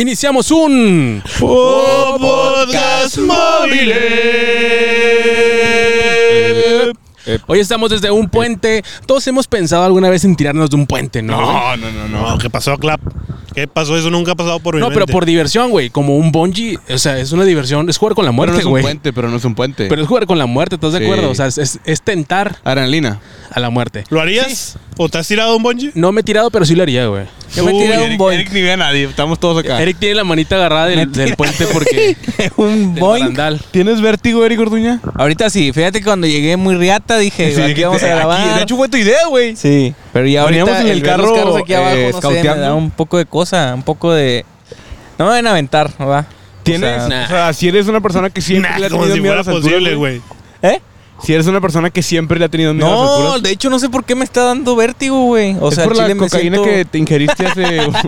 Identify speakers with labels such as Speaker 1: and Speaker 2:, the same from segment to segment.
Speaker 1: Iniciamos un
Speaker 2: Podcast móviles.
Speaker 1: Hoy estamos desde un puente. Todos hemos pensado alguna vez en tirarnos de un puente, ¿no? güey?
Speaker 2: No, no, no, no. ¿Qué pasó, Clap? ¿Qué pasó? Eso nunca ha pasado por mi
Speaker 1: No, pero
Speaker 2: mente.
Speaker 1: por diversión, güey. Como un bungee, o sea, es una diversión. Es jugar con la
Speaker 3: Pero no
Speaker 1: muerte,
Speaker 3: es un
Speaker 1: güey. Pero,
Speaker 3: puente, pero no es un puente.
Speaker 1: es jugar con la muerte, ¿estás de
Speaker 3: Sí.
Speaker 1: acuerdo? O sea, es, es- es tentar
Speaker 3: Aranlina.
Speaker 1: a la muerte.
Speaker 2: ¿Lo harías? ¿O te has tirado un bungee?
Speaker 1: No me he tirado, pero sí lo haría, güey.
Speaker 3: Yo me
Speaker 2: Uy,
Speaker 3: tiré
Speaker 2: Eric-
Speaker 3: un boing. Eric ni ve a nadie, estamos todos acá.
Speaker 1: Eric tiene la manita agarrada del, del puente porque.
Speaker 3: un
Speaker 1: Del barandal.
Speaker 3: ¿Tienes vértigo, Eric Orduña?
Speaker 4: Ahorita sí, fíjate que cuando llegué muy riata dije,
Speaker 3: Sí,
Speaker 4: aquí
Speaker 3: dijiste,
Speaker 4: vamos a grabar.
Speaker 3: aquí, de hecho, fue tu idea, güey.
Speaker 4: sí. Pero ya ahorita
Speaker 3: Veníamos en el
Speaker 4: ver los
Speaker 3: carro,
Speaker 4: carros aquí abajo,
Speaker 3: eh,
Speaker 4: no sé, me
Speaker 3: scouteando.
Speaker 4: da un poco de cosa, un poco de... No me van a aventar, ¿no va?
Speaker 3: Tienes,
Speaker 4: O sea,
Speaker 1: nah.
Speaker 3: o sea, si eres una persona que siempre
Speaker 2: Nah,
Speaker 3: le ha
Speaker 2: como
Speaker 3: tenido
Speaker 2: si
Speaker 3: miedo a
Speaker 2: fuera
Speaker 3: las alturas,
Speaker 2: posible,
Speaker 3: güey.
Speaker 2: güey.
Speaker 4: ¿Eh?
Speaker 3: Si eres una persona que siempre le ha tenido miedo a las
Speaker 4: No,
Speaker 3: alturas.
Speaker 4: de hecho no sé por qué me está dando vértigo, güey. O
Speaker 3: es
Speaker 4: sea,
Speaker 3: por la
Speaker 4: Chile me
Speaker 3: cocaína
Speaker 4: siento-
Speaker 3: que te ingeriste hace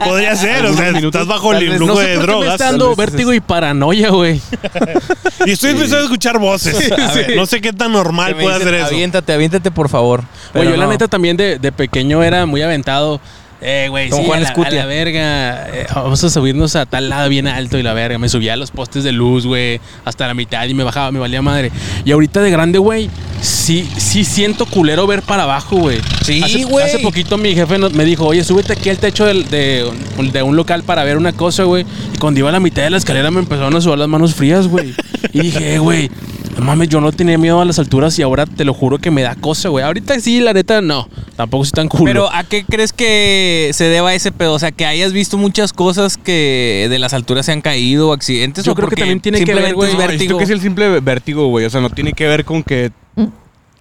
Speaker 2: Podría ser, o
Speaker 3: Algunos
Speaker 2: sea,
Speaker 3: minutos,
Speaker 2: estás bajo el
Speaker 4: tal vez,
Speaker 2: influjo
Speaker 4: no sé
Speaker 2: de
Speaker 4: por qué me
Speaker 2: drogas.
Speaker 1: Está dando vértigo y paranoia, güey.
Speaker 2: Y estoy empezando a escuchar voces. A ver,
Speaker 1: sí.
Speaker 2: No sé qué tan
Speaker 4: que
Speaker 2: normal
Speaker 4: me
Speaker 2: puede
Speaker 4: dicen,
Speaker 2: hacer eso.
Speaker 4: Aviéntate, aviéntate, por favor.
Speaker 1: Güey,
Speaker 4: Pero
Speaker 1: yo la
Speaker 4: no.
Speaker 1: neta también de, de pequeño era muy aventado. Eh, güey, sí,
Speaker 4: Como Juan
Speaker 1: a, la, a
Speaker 4: Escutia.
Speaker 1: la verga. eh, vamos a subirnos a tal lado bien alto y la verga. Me subía a los postes de luz, güey, hasta la mitad y me bajaba, me valía madre. Y ahorita de grande, güey, sí, sí siento culero ver para abajo, güey.
Speaker 4: Sí,
Speaker 1: Hace-
Speaker 4: güey.
Speaker 1: Hace poquito mi jefe nos- me dijo, oye, súbete aquí al techo del- de, de un local para ver una cosa, güey. Y cuando iba a la mitad de la escalera me empezaron a sudar las manos frías, güey. y dije, "Eh, güey, no mames, yo no tenía miedo a las alturas y ahora te lo juro que me da cosa, güey. Ahorita sí, la neta, no. Tampoco soy tan culo.
Speaker 4: Pero ¿a qué crees que se deba ese pedo? O sea, que hayas visto muchas cosas que de las alturas se han caído, accidentes.
Speaker 1: Yo
Speaker 4: o
Speaker 1: creo que
Speaker 4: porque
Speaker 1: también tiene que ver,
Speaker 4: simplemente
Speaker 1: güey.
Speaker 4: es
Speaker 1: No,
Speaker 3: Esto
Speaker 4: vértigo.
Speaker 3: que es el simple vértigo, güey. O sea, no tiene que ver con que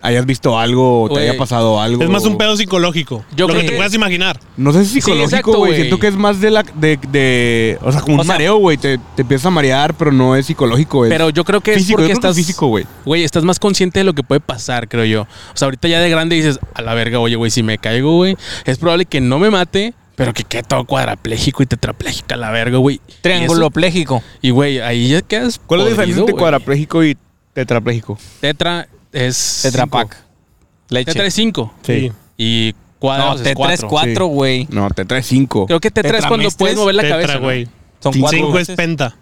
Speaker 3: hayas visto algo o te
Speaker 1: Güey.
Speaker 3: haya pasado algo.
Speaker 2: Es más un pedo psicológico.
Speaker 1: Yo
Speaker 2: lo
Speaker 1: creo
Speaker 2: que te
Speaker 1: que-
Speaker 2: puedas imaginar.
Speaker 3: No sé
Speaker 1: Sí,
Speaker 3: si psicológico,
Speaker 1: exacto,
Speaker 3: güey.
Speaker 1: güey.
Speaker 3: Siento que es más de la. de. de- o sea, como
Speaker 1: O
Speaker 3: un
Speaker 1: sea-
Speaker 3: mareo, güey. Te, te empiezas a marear, pero no es psicológico, es
Speaker 1: Pues, Pero yo creo que
Speaker 3: físico.
Speaker 1: es porque
Speaker 3: yo creo que
Speaker 1: estás
Speaker 3: es físico, güey.
Speaker 1: Güey, estás más consciente de lo que puede pasar, creo yo. O sea, ahorita ya de grande dices, a la verga, oye, güey, si me caigo, güey, es probable que no me mate, pero que quede todo cuadrapléjico y tetrapléjico a la verga, güey. Y eso-
Speaker 4: Triángulo pléjico.
Speaker 1: Y güey, ahí ya quedas.
Speaker 3: ¿Cuál es
Speaker 1: podrido,
Speaker 3: la diferencia entre
Speaker 1: güey.
Speaker 3: cuadrapléjico y tetrapléjico?
Speaker 1: Tetra es.
Speaker 4: Tetrapac.
Speaker 1: cinco.
Speaker 4: Leche.
Speaker 1: Tetra es 5.
Speaker 3: Sí.
Speaker 1: Y cuadra
Speaker 4: No,
Speaker 1: pues, es
Speaker 4: Tetra es
Speaker 1: cuatro.
Speaker 4: cuatro,
Speaker 3: Sí.
Speaker 4: güey.
Speaker 3: No, tetra es cinco.
Speaker 1: Creo que tetra, es cuando
Speaker 4: Tetramestres,
Speaker 1: puedes mover la cabeza.
Speaker 2: Tetra,
Speaker 1: ¿no?
Speaker 2: güey.
Speaker 4: Son
Speaker 3: Cinco
Speaker 4: cuatro.
Speaker 2: Cinco es
Speaker 4: veces.
Speaker 2: penta.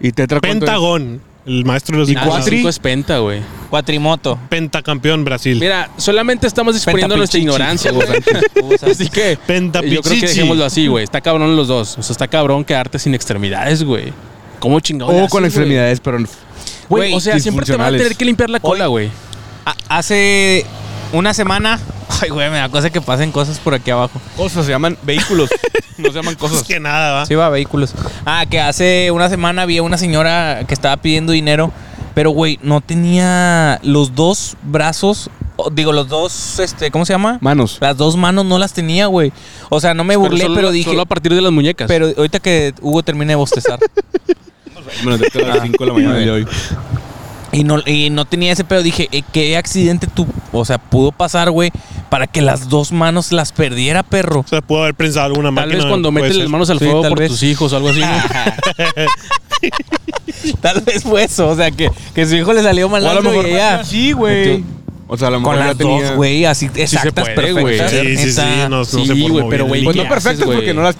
Speaker 3: ¿Y tetra cuánto es?
Speaker 2: Pentagón. El maestro de los
Speaker 3: ¿Y
Speaker 1: Ah,
Speaker 2: cinco
Speaker 1: no,
Speaker 3: cuatri?
Speaker 1: cinco es penta, güey.
Speaker 4: Cuatrimoto.
Speaker 2: Pentacampeón Brasil.
Speaker 1: Mira, solamente estamos exponiendo nuestra
Speaker 4: Pentapinchichi.
Speaker 1: ignorancia, güey. Así que. Yo creo que
Speaker 2: Pentapichichi.
Speaker 1: dejémoslo así, güey. Está cabrón los dos. O sea, está cabrón quedarte sin extremidades, güey. ¿Cómo chingado? le
Speaker 3: O
Speaker 1: haces,
Speaker 3: con
Speaker 1: güey?
Speaker 3: extremidades, pero.
Speaker 1: Güey, o sea,
Speaker 3: Güey,
Speaker 1: siempre te van a
Speaker 3: disfuncionales.
Speaker 1: tener que limpiar la cola, güey.
Speaker 4: A- Hace una semana. Ay, güey, me da cosa que pasen cosas por aquí abajo.
Speaker 3: Cosas, se llaman vehículos. no se llaman
Speaker 2: Cosas que nada, ¿va?
Speaker 4: Sí, va, vehículos. Ah, que hace una semana vi a una señora que estaba pidiendo dinero, pero, güey, no tenía los dos brazos, o, digo, los dos, este, ¿cómo se llama?
Speaker 3: Manos.
Speaker 1: Ah.
Speaker 4: Las dos manos no las tenía, güey. O sea, no me burlé, pero,
Speaker 1: solo-
Speaker 4: dije...
Speaker 1: Solo a partir de las muñecas.
Speaker 4: Pero ahorita que Hugo termine de bostezar.
Speaker 3: Bueno, tetra a las cinco de la mañana de hoy.
Speaker 4: y, no, y no tenía ese pedo, dije, eh, ¿qué accidente tú, o sea, pudo pasar, güey, para que las dos manos las perdiera, perro?
Speaker 2: O sea, pudo haber pensado alguna
Speaker 1: Tal
Speaker 2: máquina.
Speaker 1: vez cuando
Speaker 2: puede
Speaker 1: metes
Speaker 2: ser.
Speaker 1: las manos al
Speaker 4: Sí,
Speaker 1: fuego
Speaker 4: tal
Speaker 1: por
Speaker 4: vez.
Speaker 1: tus hijos o algo así, ¿no?
Speaker 4: Tal vez fue eso, o sea, que, que su hijo le salió mal.
Speaker 3: O a lo mejor.
Speaker 4: y ella-
Speaker 3: Sí, güey. O sea, a lo mejor
Speaker 4: Con
Speaker 3: ya
Speaker 4: las
Speaker 3: tenía-
Speaker 4: dos, güey, así
Speaker 1: se
Speaker 4: exactas,
Speaker 1: puede, güey.
Speaker 4: perfectas.
Speaker 2: Sí, sí, sí.
Speaker 4: neta,
Speaker 2: No, no
Speaker 1: Sí,
Speaker 2: se forma
Speaker 1: güey, pero,
Speaker 2: bien
Speaker 1: güey,
Speaker 2: el
Speaker 3: Pues
Speaker 1: ¿qué
Speaker 2: líquido.
Speaker 3: no
Speaker 1: haces,
Speaker 3: perfectas porque
Speaker 1: güey?
Speaker 3: no las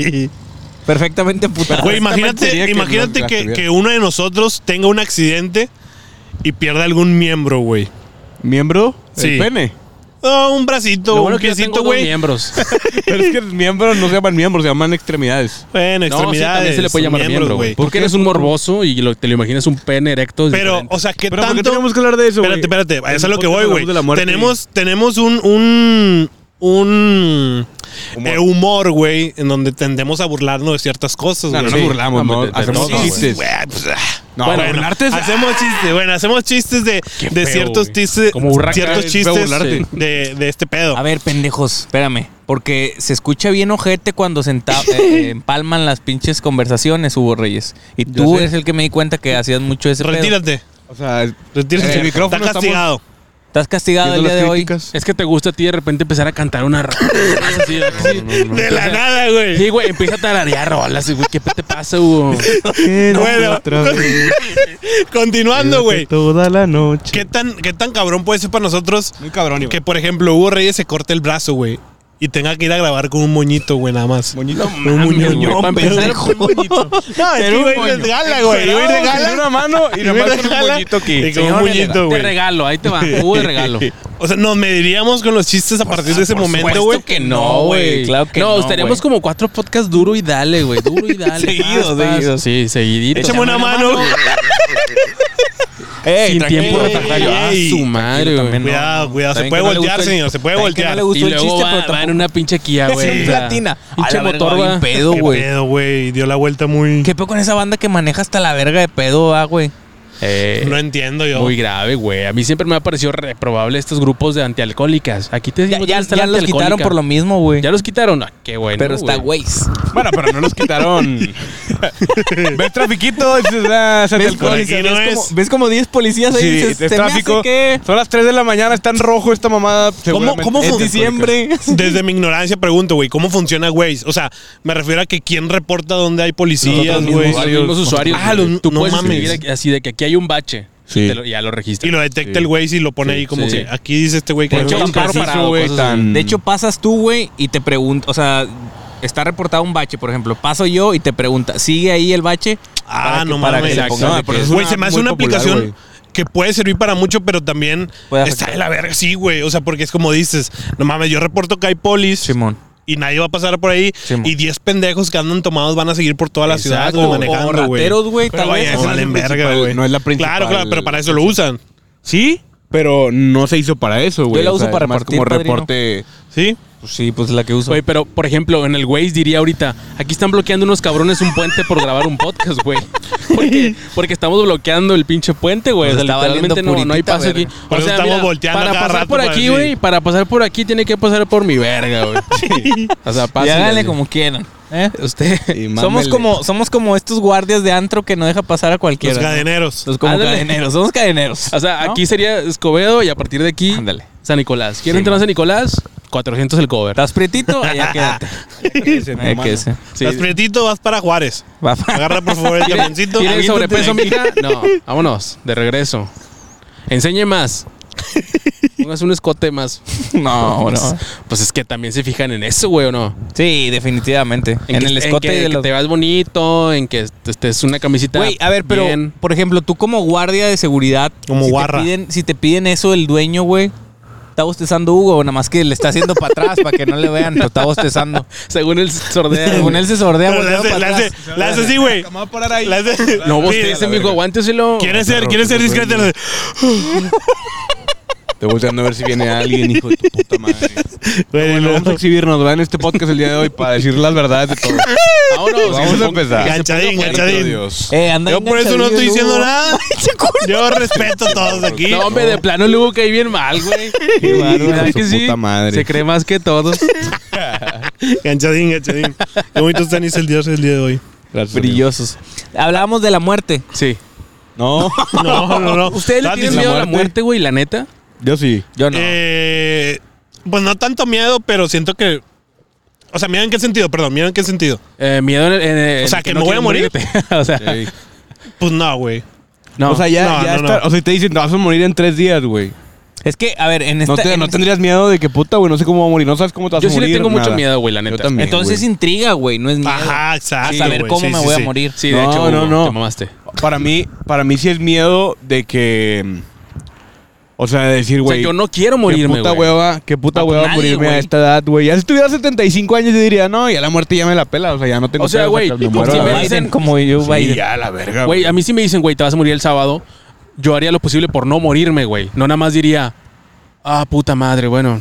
Speaker 3: tiene.
Speaker 4: Perfectamente putadas.
Speaker 2: Güey,
Speaker 3: sería
Speaker 2: imagínate,
Speaker 3: que
Speaker 2: imagínate
Speaker 3: no
Speaker 2: que,
Speaker 3: gastaría.
Speaker 2: que uno de nosotros tenga un accidente y pierda algún miembro, güey.
Speaker 3: ¿Miembro?
Speaker 2: Sí.
Speaker 3: El pene.
Speaker 2: Ah, un bracito,
Speaker 1: Lo
Speaker 2: un
Speaker 1: bueno que yo tengo
Speaker 2: piecito,
Speaker 1: dos
Speaker 2: güey.
Speaker 1: miembros.
Speaker 3: Pero es que miembros no se llaman miembros, se llaman extremidades.
Speaker 2: Bueno,
Speaker 1: No, sí,
Speaker 2: extremidades.
Speaker 1: también se le puede llamar
Speaker 2: miembros,
Speaker 1: miembro, güey. Porque eres un morboso y lo- te lo imaginas un pene erecto. es
Speaker 2: Pero,
Speaker 1: diferente.
Speaker 2: o sea, ¿qué
Speaker 3: Pero ¿por qué
Speaker 2: tanto?
Speaker 3: tenemos que hablar de eso, güey?
Speaker 2: espérate, espérate. Eso
Speaker 3: En
Speaker 2: es a lo que
Speaker 3: podcast
Speaker 2: voy,
Speaker 3: hablamos
Speaker 2: güey.
Speaker 3: de la muerte y-
Speaker 2: Tenemos, tenemos un... un un
Speaker 3: Humor.
Speaker 2: eh, humor, güey, en donde tendemos a burlarnos de ciertas cosas,
Speaker 3: No,
Speaker 2: güey.
Speaker 3: no
Speaker 1: Sí.
Speaker 3: nos burlamos,
Speaker 1: No,
Speaker 3: no.
Speaker 1: de- de todo,
Speaker 3: Hacemos
Speaker 1: güey.
Speaker 2: Sí,
Speaker 3: chistes.
Speaker 2: güey, pues, ah.
Speaker 3: No,
Speaker 1: Bueno,
Speaker 3: güey,
Speaker 2: burlarte
Speaker 3: burlarte es-
Speaker 2: hacemos chistes, bueno, hacemos chistes de, de
Speaker 1: feo,
Speaker 2: ciertos
Speaker 1: güey.
Speaker 2: chistes,
Speaker 1: Como burraca
Speaker 2: ciertos
Speaker 1: es
Speaker 3: feo
Speaker 2: chistes
Speaker 3: burlarte.
Speaker 2: de, de este pedo.
Speaker 4: A ver, pendejos, espérame. Porque se escucha bien ojete cuando se enta- eh, eh, empalman las pinches conversaciones, Hugo Reyes. Y tú
Speaker 3: sé.
Speaker 4: eres el que me di cuenta que hacías mucho ese pedo.
Speaker 2: retírate,
Speaker 3: O sea, es-
Speaker 2: retírate.
Speaker 3: Eh, el micrófono
Speaker 2: Está
Speaker 3: estamos-
Speaker 2: castigado.
Speaker 4: Estás castigado el
Speaker 3: viendo
Speaker 4: día
Speaker 3: las
Speaker 4: de hoy.
Speaker 3: críticas.
Speaker 1: Es que te gusta a ti de repente empezar a cantar una rola. así, así.
Speaker 2: De la nada, güey.
Speaker 1: Sí, güey, empieza a tararear rolas, güey. ¿Qué te pasa, Hugo?
Speaker 2: Bueno, continuando, güey.
Speaker 3: Toda la noche.
Speaker 2: ¿Qué tan, ¿Qué tan cabrón puede ser para nosotros
Speaker 3: Muy cabrón,
Speaker 2: que, por ejemplo, Hugo Reyes se corte el brazo, güey? y tenga que ir a grabar con un moñito, güey, nada más.
Speaker 3: Moñito.
Speaker 2: Con un moñito,
Speaker 1: güey,
Speaker 2: güey.
Speaker 1: pa' empezar con un moñito.
Speaker 2: No, es que
Speaker 1: Era un
Speaker 2: iba a ir
Speaker 1: moño.
Speaker 2: de gala, güey. Iba a ir de gala.
Speaker 3: Con una mano y
Speaker 2: Iba a ir
Speaker 3: nomás
Speaker 2: de
Speaker 3: con un
Speaker 2: gala
Speaker 3: moñito aquí.
Speaker 2: y con un
Speaker 1: Señor,
Speaker 2: moñito,
Speaker 1: te
Speaker 2: güey.
Speaker 1: regalo, ahí te va. Jugo de regalo.
Speaker 2: O sea, nos mediríamos con los chistes a partir de ese
Speaker 4: por
Speaker 2: momento,
Speaker 4: supuesto
Speaker 2: güey.
Speaker 4: que no, güey. Claro que no,
Speaker 1: estaríamos
Speaker 4: güey.
Speaker 1: como cuatro podcasts duro y dale, güey. Duro y dale.
Speaker 4: Seguidos,
Speaker 1: Paz, paz.
Speaker 4: seguidos.
Speaker 1: Sí, seguidito.
Speaker 2: Échame una mano.
Speaker 4: Ey,
Speaker 1: Sin
Speaker 4: tranquilo,
Speaker 1: tiempo
Speaker 4: ey,
Speaker 1: refractario. Ah,
Speaker 2: ey,
Speaker 1: su
Speaker 2: ey,
Speaker 1: madre,
Speaker 4: tranquilo
Speaker 1: güey.
Speaker 4: también,
Speaker 2: Cuidado, cuidado, se
Speaker 4: Saben
Speaker 2: puede
Speaker 4: que no le
Speaker 2: voltear,
Speaker 4: gustó el-
Speaker 2: señor, se puede
Speaker 4: saben que
Speaker 2: voltear.
Speaker 4: No le
Speaker 1: Y
Speaker 4: gustó el
Speaker 1: luego
Speaker 4: chiste,
Speaker 1: va,
Speaker 4: pero
Speaker 1: va
Speaker 4: tampoco.
Speaker 1: en una pinche Kia, güey.
Speaker 4: Sí,
Speaker 1: o sea,
Speaker 4: latina. A
Speaker 1: Pinche
Speaker 4: la verga,
Speaker 1: motor, va.
Speaker 4: va bien pedo,
Speaker 2: Qué
Speaker 4: güey.
Speaker 2: pedo, güey. Dio la vuelta muy.
Speaker 4: ¿Qué pedo con esa banda que maneja hasta la verga de pedo, ah, güey?
Speaker 1: Eh,
Speaker 2: No entiendo yo.
Speaker 1: Muy grave, güey. A mí siempre me ha parecido reprobable estos grupos de antialcohólicas. Aquí te
Speaker 4: Ya,
Speaker 1: decimos
Speaker 4: ya-
Speaker 1: dónde está
Speaker 4: ya
Speaker 1: la
Speaker 4: los quitaron
Speaker 1: antialcohólica.
Speaker 4: por lo mismo, güey.
Speaker 1: ¿Ya los quitaron? Ah, qué bueno,
Speaker 4: Pero está
Speaker 1: güey.
Speaker 4: güeyes.
Speaker 3: Bueno, pero no nos quitaron. ¿Ves trafiquito? Dices, ah, se te
Speaker 2: Por aquí
Speaker 3: alcoholiza.
Speaker 2: no
Speaker 3: ¿Ves cómo-
Speaker 2: es.
Speaker 4: ¿Ves como 10 policías ahí?
Speaker 3: Sí,
Speaker 4: dices,
Speaker 3: es
Speaker 4: "Se me hace
Speaker 3: tráfico.
Speaker 4: que
Speaker 3: Son las 3 de la mañana, está en rojo esta mamada. seguramente.
Speaker 2: cómo
Speaker 3: Es
Speaker 2: fun-
Speaker 3: diciembre.
Speaker 2: Desde mi ignorancia pregunto, güey, ¿cómo funciona Waze? O sea, me refiero a que quién reporta dónde hay policías,
Speaker 3: Nosotros mismos,
Speaker 2: güey.
Speaker 1: Los mismos usuarios.
Speaker 2: Ah,
Speaker 1: güey.
Speaker 2: los-
Speaker 1: Tú
Speaker 2: no
Speaker 1: puedes
Speaker 2: mames.
Speaker 1: escribir aquí- así de que aquí hay un bache.
Speaker 3: Sí.
Speaker 1: Te lo- ya lo registras.
Speaker 2: Y lo detecta
Speaker 3: Sí.
Speaker 2: el Waze y lo pone ahí como
Speaker 1: sí.
Speaker 2: que aquí dice este güey que
Speaker 1: De
Speaker 2: hay
Speaker 1: hecho,
Speaker 2: policías.
Speaker 1: carro parado,
Speaker 3: güey,
Speaker 1: cosas
Speaker 3: tan-
Speaker 4: De hecho, pasas tú, güey, y te pregunta, o sea, está reportado un bache, por ejemplo. Paso yo y te pregunta, ¿sigue ahí el bache?
Speaker 2: Ah,
Speaker 4: Para que-
Speaker 2: no
Speaker 4: para
Speaker 2: mames.
Speaker 4: que le
Speaker 1: Exacto.
Speaker 4: pongas
Speaker 1: No,
Speaker 4: de
Speaker 1: pero
Speaker 4: que-
Speaker 1: es
Speaker 2: Güey, se me hace una
Speaker 3: muy popular,
Speaker 2: aplicación
Speaker 3: güey.
Speaker 2: que puede servir para mucho, pero también
Speaker 4: Puede
Speaker 2: está
Speaker 4: afectar.
Speaker 2: de la verga. Sí, güey. O sea, porque es como dices, no mames, yo reporto que hay polis
Speaker 4: Simón.
Speaker 2: y nadie va a pasar por ahí
Speaker 4: Sí, mo.
Speaker 2: y 10 pendejos que andan tomados van a seguir por toda la ciudad
Speaker 1: Exacto.
Speaker 2: güey,
Speaker 1: O- o
Speaker 2: manejando, güey.
Speaker 4: rateros, güey,
Speaker 2: Pero
Speaker 4: tal
Speaker 2: vaya,
Speaker 4: vez.
Speaker 2: eso
Speaker 4: No,
Speaker 2: vale
Speaker 3: no es la
Speaker 2: verga,
Speaker 3: principal,
Speaker 2: güey.
Speaker 3: no es la principal.
Speaker 2: Claro, claro, pero para eso lo usan.
Speaker 3: Sí, pero no se hizo para eso, güey.
Speaker 4: la uso para
Speaker 3: es más
Speaker 4: repartir,
Speaker 3: Como
Speaker 4: padrino.
Speaker 3: reporte.
Speaker 2: ¿Sí?
Speaker 4: Pues sí, pues la que uso.
Speaker 1: Güey, pero por ejemplo, en el Waze diría ahorita, aquí están bloqueando unos cabrones un puente por grabar un podcast, güey. Porque, porque estamos bloqueando el pinche puente, güey. O sea,
Speaker 4: Nos está
Speaker 1: literalmente no,
Speaker 4: valiendo
Speaker 1: no hay
Speaker 4: puritita,
Speaker 1: paso aquí.
Speaker 4: verga.
Speaker 2: Por
Speaker 1: o
Speaker 2: eso
Speaker 1: sea,
Speaker 2: estamos volteando
Speaker 1: para
Speaker 2: cada
Speaker 1: pasar
Speaker 2: rato
Speaker 1: por
Speaker 2: para
Speaker 1: aquí,
Speaker 2: decir-
Speaker 1: güey, para pasar por aquí tiene que pasar por mi verga, güey. O sea,
Speaker 4: y
Speaker 1: pasa.
Speaker 4: háganle como quieran. ¿eh?
Speaker 1: usted.
Speaker 3: y
Speaker 4: Somos
Speaker 3: mámele.
Speaker 4: como, somos como estos guardias de antro que no deja pasar a cualquiera.
Speaker 2: Los
Speaker 4: ¿no?
Speaker 2: cadeneros.
Speaker 4: Los como
Speaker 1: Ándale.
Speaker 4: cadeneros, somos cadeneros.
Speaker 1: O sea,
Speaker 4: ¿no?
Speaker 1: aquí sería Escobedo y a partir de aquí
Speaker 4: Ándale.
Speaker 1: San Nicolás. ¿Quieren
Speaker 4: Sí,
Speaker 1: entrar a
Speaker 4: man.
Speaker 1: San Nicolás? 400 el cover.
Speaker 4: ¿Estás prietito? Allá quédate. Allá
Speaker 3: mano.
Speaker 4: quédese.
Speaker 1: Sí.
Speaker 2: Las prietito vas para Juárez.
Speaker 4: Eh, Va pa-
Speaker 2: Agarra, por favor, el camioncito.
Speaker 1: ¿Tiene
Speaker 4: Aviéntate
Speaker 1: sobrepeso,
Speaker 4: de aquí.
Speaker 1: mija? No, vámonos, de regreso. Enseñe más. Póngase un escote más.
Speaker 4: No,
Speaker 1: Pues-
Speaker 4: no.
Speaker 1: Pues es que también se fijan en eso, güey, ¿o no?
Speaker 4: Sí, definitivamente. En,
Speaker 1: que-
Speaker 4: el escote
Speaker 1: que,
Speaker 4: de
Speaker 1: que
Speaker 4: los-
Speaker 1: te vas bonito, en que te- te es una camisita.
Speaker 4: Güey, a ver, pero
Speaker 1: bien.
Speaker 4: por ejemplo, tú como guardia de seguridad,
Speaker 2: Como
Speaker 4: si
Speaker 2: guarra.
Speaker 4: Te piden, si te piden eso el dueño, güey, está bostezando Hugo, nada más que le está haciendo para atrás para que no le vean, pero está bostezando. Eh,
Speaker 1: Según el sordeo.
Speaker 4: Según él se sordea,
Speaker 2: Pero la
Speaker 4: voltea
Speaker 2: hace-
Speaker 4: para
Speaker 2: la
Speaker 4: atrás.
Speaker 2: hace- la hace así, güey.
Speaker 3: Me voy a parar ahí.
Speaker 2: La hace-
Speaker 1: No vos
Speaker 2: Sí,
Speaker 1: te
Speaker 3: la
Speaker 1: amigo,
Speaker 3: verga.
Speaker 1: aguánteselo.
Speaker 2: ¿Quieres ser, quieres ser discreto?
Speaker 3: Te volteando a ver si viene alguien, hijo de tu puta madre.
Speaker 2: Güey,
Speaker 3: Bueno, vamos a
Speaker 2: luego-
Speaker 3: exhibirnos, ¿verdad? En este podcast el día de hoy para decir las verdades de todo.
Speaker 1: Vámonos.
Speaker 3: Vamos a
Speaker 1: Ah,
Speaker 3: empezar.
Speaker 2: Ganchadín, ganchadín.
Speaker 3: Dios.
Speaker 4: Eh, anda
Speaker 2: Yo por eso no estoy
Speaker 4: enganchadillo,
Speaker 2: diciendo
Speaker 4: Hugo.
Speaker 2: nada. Yo respeto a todos aquí.
Speaker 1: No, hombre, de plano luego caí bien mal, güey.
Speaker 3: Qué bárbaro,
Speaker 1: ¿Verdad
Speaker 3: su
Speaker 1: que sí?
Speaker 3: puta madre.
Speaker 1: Se cree más que todos.
Speaker 2: Ganchadín, ganchadín. Qué bonitos tenis el dios el día de hoy.
Speaker 3: Gracias, Dios.
Speaker 4: Brillosos. Hablábamos de la muerte.
Speaker 1: Sí.
Speaker 3: No,
Speaker 2: No, no, no.
Speaker 1: ¿Ustedes le
Speaker 2: Datis,
Speaker 1: tienen
Speaker 3: la
Speaker 1: miedo a la
Speaker 3: muerte.
Speaker 1: muerte, güey, la neta?
Speaker 3: yo sí.
Speaker 4: Yo no.
Speaker 2: Eh, pues no tanto miedo, pero siento que. O sea, mira en qué sentido, perdón, mira en qué sentido.
Speaker 1: Eh, miedo en el, en el-
Speaker 2: O sea,
Speaker 1: en
Speaker 2: que me voy
Speaker 1: quieres
Speaker 2: a morir.
Speaker 1: morirte. o sea,
Speaker 3: Sí.
Speaker 2: Pues no, güey.
Speaker 1: no.
Speaker 3: O sea, ya,
Speaker 2: No, no,
Speaker 3: ya está.
Speaker 2: no.
Speaker 3: O sea, te dicen, te vas a morir en tres días, güey.
Speaker 4: Es que, a ver, en esta.
Speaker 3: No, te-
Speaker 4: en este
Speaker 3: no
Speaker 4: esta-
Speaker 3: tendrías miedo de que puta, güey, no sé cómo va a morir, no sabes cómo te vas
Speaker 1: yo
Speaker 3: a
Speaker 1: sí
Speaker 3: morir.
Speaker 1: le tengo mucho
Speaker 3: nada.
Speaker 1: miedo, güey, la neta.
Speaker 3: Yo también.
Speaker 4: Entonces
Speaker 3: güey.
Speaker 4: intriga, güey, no es miedo.
Speaker 2: Ajá, exacto.
Speaker 4: Saber
Speaker 2: güey.
Speaker 4: cómo
Speaker 2: Sí,
Speaker 4: me
Speaker 2: sí,
Speaker 4: voy
Speaker 2: sí.
Speaker 4: a morir.
Speaker 1: Sí, de
Speaker 3: No,
Speaker 1: hecho,
Speaker 3: no,
Speaker 1: güey,
Speaker 3: no.
Speaker 1: te mamaste.
Speaker 3: Para mí, para mí sí es miedo de que. mm, O sea, de decir,
Speaker 1: O sea,
Speaker 3: güey.
Speaker 1: yo no quiero
Speaker 3: Qué
Speaker 1: morirme,
Speaker 3: puta
Speaker 1: güey.
Speaker 3: hueva, qué puta
Speaker 4: Ah, pues
Speaker 3: hueva
Speaker 4: nadie,
Speaker 3: morirme a
Speaker 4: güey.
Speaker 3: esta edad, güey. Ya si tuviera 75 años, yo diría, no, ya la muerte ya me la pela. O sea, ya no tengo
Speaker 1: O sea,
Speaker 3: pedo,
Speaker 1: güey,
Speaker 3: me
Speaker 1: y
Speaker 3: muero,
Speaker 1: si
Speaker 3: la
Speaker 1: me
Speaker 3: verdad.
Speaker 1: dicen-
Speaker 4: como yo,
Speaker 3: Sí,
Speaker 4: Biden.
Speaker 3: ya, la verga.
Speaker 1: Güey, a mí sí me dicen, güey, te vas a morir el sábado. Yo haría lo posible por no morirme, güey. No nada más diría, ah, puta madre, bueno,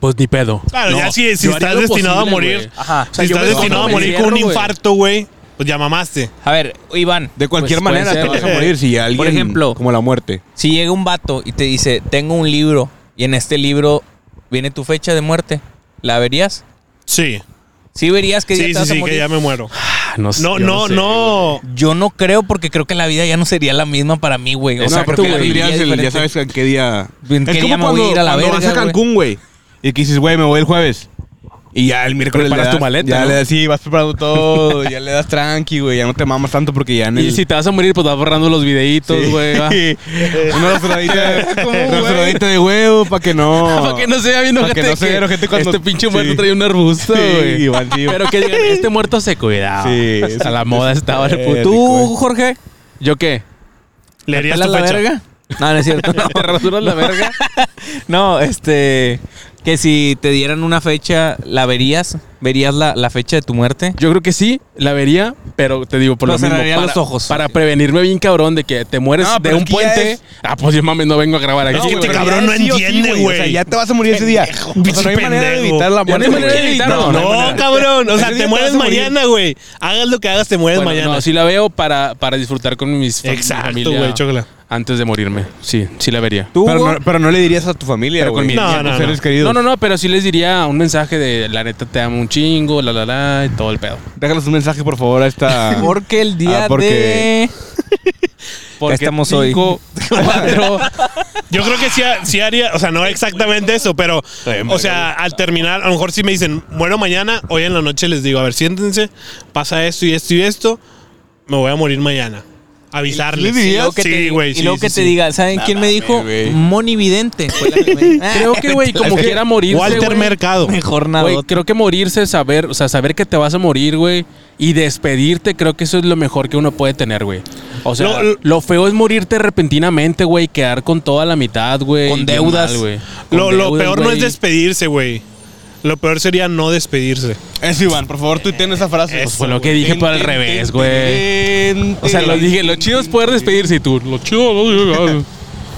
Speaker 1: pues ni pedo.
Speaker 2: Claro,
Speaker 1: No,
Speaker 2: ya si, si
Speaker 1: yo haría
Speaker 2: estás
Speaker 1: lo
Speaker 2: destinado
Speaker 1: posible,
Speaker 2: a morir.
Speaker 1: güey.
Speaker 4: Ajá.
Speaker 1: O sea,
Speaker 2: si
Speaker 1: yo
Speaker 2: estás
Speaker 1: me-
Speaker 2: destinado a
Speaker 1: me
Speaker 2: morir con un
Speaker 1: encierro, güey.
Speaker 2: infarto, güey, pues ya mamaste.
Speaker 4: A ver, Iván.
Speaker 3: De cualquier
Speaker 1: Pues puede
Speaker 3: manera
Speaker 1: ser,
Speaker 3: te vas a
Speaker 1: güey.
Speaker 3: morir si alguien.
Speaker 4: ejemplo-
Speaker 3: Como la muerte.
Speaker 4: Si llega un vato y te dice, tengo un libro y en este libro viene tu fecha de muerte, ¿la verías?
Speaker 2: Sí.
Speaker 4: Sí verías que
Speaker 2: Sí, sí, sí, que ya me muero.
Speaker 1: Ah, No, sé,
Speaker 2: No,
Speaker 1: yo
Speaker 2: no,
Speaker 1: sé.
Speaker 2: no.
Speaker 4: Yo no creo porque creo que la vida ya no sería la misma para mí, güey.
Speaker 3: no,
Speaker 4: O sea,
Speaker 1: Exacto,
Speaker 3: porque
Speaker 4: creo que la
Speaker 1: güey.
Speaker 4: viviría
Speaker 3: tendrías el- ya
Speaker 4: diferente.
Speaker 3: sabes a qué día.
Speaker 4: ¿En qué día me voy a ir a la
Speaker 3: cuando
Speaker 4: verga,
Speaker 3: vas a Cancún, güey. Y que dices, güey, me voy el jueves. Y ya el miércoles le
Speaker 1: Preparas tu
Speaker 3: das-
Speaker 1: maleta,
Speaker 3: Ya
Speaker 1: ¿no?
Speaker 3: le das, sí, vas preparando todo. ya le das tranqui, güey. Ya no te mamas tanto porque ya en el...
Speaker 1: Y si te vas a morir, pues vas borrando los videitos,
Speaker 3: Sí.
Speaker 1: güey. va.
Speaker 3: Una rasuradita,
Speaker 4: ¿Cómo,
Speaker 3: una
Speaker 4: güey?
Speaker 3: rasuradita de huevo para que no.
Speaker 1: Para que no sea bien
Speaker 3: Para
Speaker 1: ojete
Speaker 3: que no sea
Speaker 1: que
Speaker 3: bien ojete cuando-
Speaker 1: Este pinche muerto
Speaker 3: sí.
Speaker 1: traía un arbusto,
Speaker 3: Sí,
Speaker 1: güey.
Speaker 3: igual, sí.
Speaker 1: Pero que digan, este muerto se cuidaba.
Speaker 3: Sí,
Speaker 1: Hasta
Speaker 3: sí,
Speaker 1: la
Speaker 3: sí,
Speaker 1: moda
Speaker 3: sí,
Speaker 1: estaba el
Speaker 3: sí,
Speaker 1: puto.
Speaker 3: sí,
Speaker 1: ¿Tú,
Speaker 3: güey.
Speaker 1: Jorge? ¿Yo qué?
Speaker 2: ¿Le harías
Speaker 1: ¿Pelas
Speaker 2: tu
Speaker 1: la
Speaker 2: fecha?
Speaker 1: verga?
Speaker 4: No, no es cierto. No,
Speaker 1: ¿Te rasuras la verga?
Speaker 4: No, este. Que si te dieran una fecha, ¿la verías? ¿Verías la, la fecha de tu muerte?
Speaker 1: Yo creo que sí, la vería, pero te digo, por
Speaker 4: Pero
Speaker 1: lo mismo.
Speaker 4: cerraría
Speaker 1: para,
Speaker 4: los ojos.
Speaker 1: Para prevenirme bien cabrón de que te mueres
Speaker 3: No,
Speaker 1: de
Speaker 3: pero
Speaker 1: un
Speaker 3: es que ya
Speaker 1: puente.
Speaker 3: es-
Speaker 1: Ah, pues yo mames, no vengo a grabar aquí.
Speaker 2: Es que
Speaker 1: güey.
Speaker 2: te
Speaker 3: pero
Speaker 2: cabrón
Speaker 3: ya
Speaker 2: no
Speaker 3: es sí o sí,
Speaker 2: entiende,
Speaker 3: O sea,
Speaker 2: güey.
Speaker 3: ya te vas a morir ese día.
Speaker 2: Pendejo,
Speaker 3: O sea, no hay
Speaker 2: pinche
Speaker 3: manera de
Speaker 2: pendejo.
Speaker 3: evitar la
Speaker 1: Ya no
Speaker 3: muerte.
Speaker 1: hay manera de
Speaker 3: güey.
Speaker 1: evitarlo,
Speaker 2: No,
Speaker 1: no, no, no, no.
Speaker 2: cabrón. O sea,
Speaker 3: Ese día
Speaker 2: te
Speaker 3: te
Speaker 2: mueres
Speaker 3: vas a morir.
Speaker 2: mañana, güey. Hagas lo que hagas, te mueres
Speaker 1: Bueno,
Speaker 2: mañana.
Speaker 1: No, sí la veo para, para disfrutar con mis fam- mi
Speaker 2: Exacto,
Speaker 1: familia
Speaker 2: güey, chocolate.
Speaker 1: antes de morirme. Sí, sí la vería.
Speaker 4: ¿Tú,
Speaker 3: Pero
Speaker 4: Hugo?
Speaker 3: no, pero no le dirías a tu familia,
Speaker 1: Pero con
Speaker 3: güey,
Speaker 1: mi-
Speaker 3: a
Speaker 2: No,
Speaker 3: tus
Speaker 2: no,
Speaker 3: seres
Speaker 2: no.
Speaker 3: queridos.
Speaker 1: No, no, no, pero sí les diría un mensaje de la neta te amo un chingo, la la la y todo el pedo.
Speaker 3: Déjanos un mensaje, por favor, a esta...
Speaker 4: Porque el día
Speaker 3: Ah, porque-
Speaker 4: de.
Speaker 1: Porque
Speaker 4: estamos hoy.
Speaker 1: cinco, cuatro,
Speaker 2: Yo creo que sí, ha- sí haría, o sea, no exactamente eso, pero,
Speaker 3: bien,
Speaker 2: o sea, al terminar, a lo mejor si me dicen, bueno, mañana, hoy en la noche les digo, a ver, siéntense, pasa esto y esto y esto, me voy a morir mañana. Avisarles.
Speaker 4: Y luego que
Speaker 2: Sí,
Speaker 4: te,
Speaker 2: güey.
Speaker 4: y
Speaker 2: sí,
Speaker 4: luego
Speaker 2: sí,
Speaker 4: que
Speaker 2: sí.
Speaker 4: te diga, ¿saben quién me dijo?
Speaker 3: güey.
Speaker 4: Monividente. fue la que me- Ah,
Speaker 1: creo que güey, como
Speaker 2: Es que
Speaker 1: quiera morirse,
Speaker 2: Walter
Speaker 1: güey,
Speaker 2: Mercado.
Speaker 4: Mejor nada.
Speaker 1: güey, creo que morirse, saber, o sea, saber que te vas a morir, güey, y despedirte, creo que eso es lo mejor que uno puede tener, güey. O sea,
Speaker 2: Lo-
Speaker 1: lo,
Speaker 2: lo-
Speaker 1: feo es morirte repentinamente, güey, quedar con toda la mitad, güey.
Speaker 4: Con
Speaker 1: y bien
Speaker 4: deudas.
Speaker 1: mal, güey.
Speaker 2: Lo,
Speaker 1: Con
Speaker 2: lo
Speaker 1: deudas,
Speaker 2: peor no es
Speaker 1: güey.
Speaker 2: despedirse, güey. Lo peor sería no despedirse.
Speaker 3: Eso, Iván, por favor, tú tienes esa frase.
Speaker 1: Pues fue lo que dije para el revés, güey. O sea, lo dije, lo chido es poder despedirse y tú, lo chido, no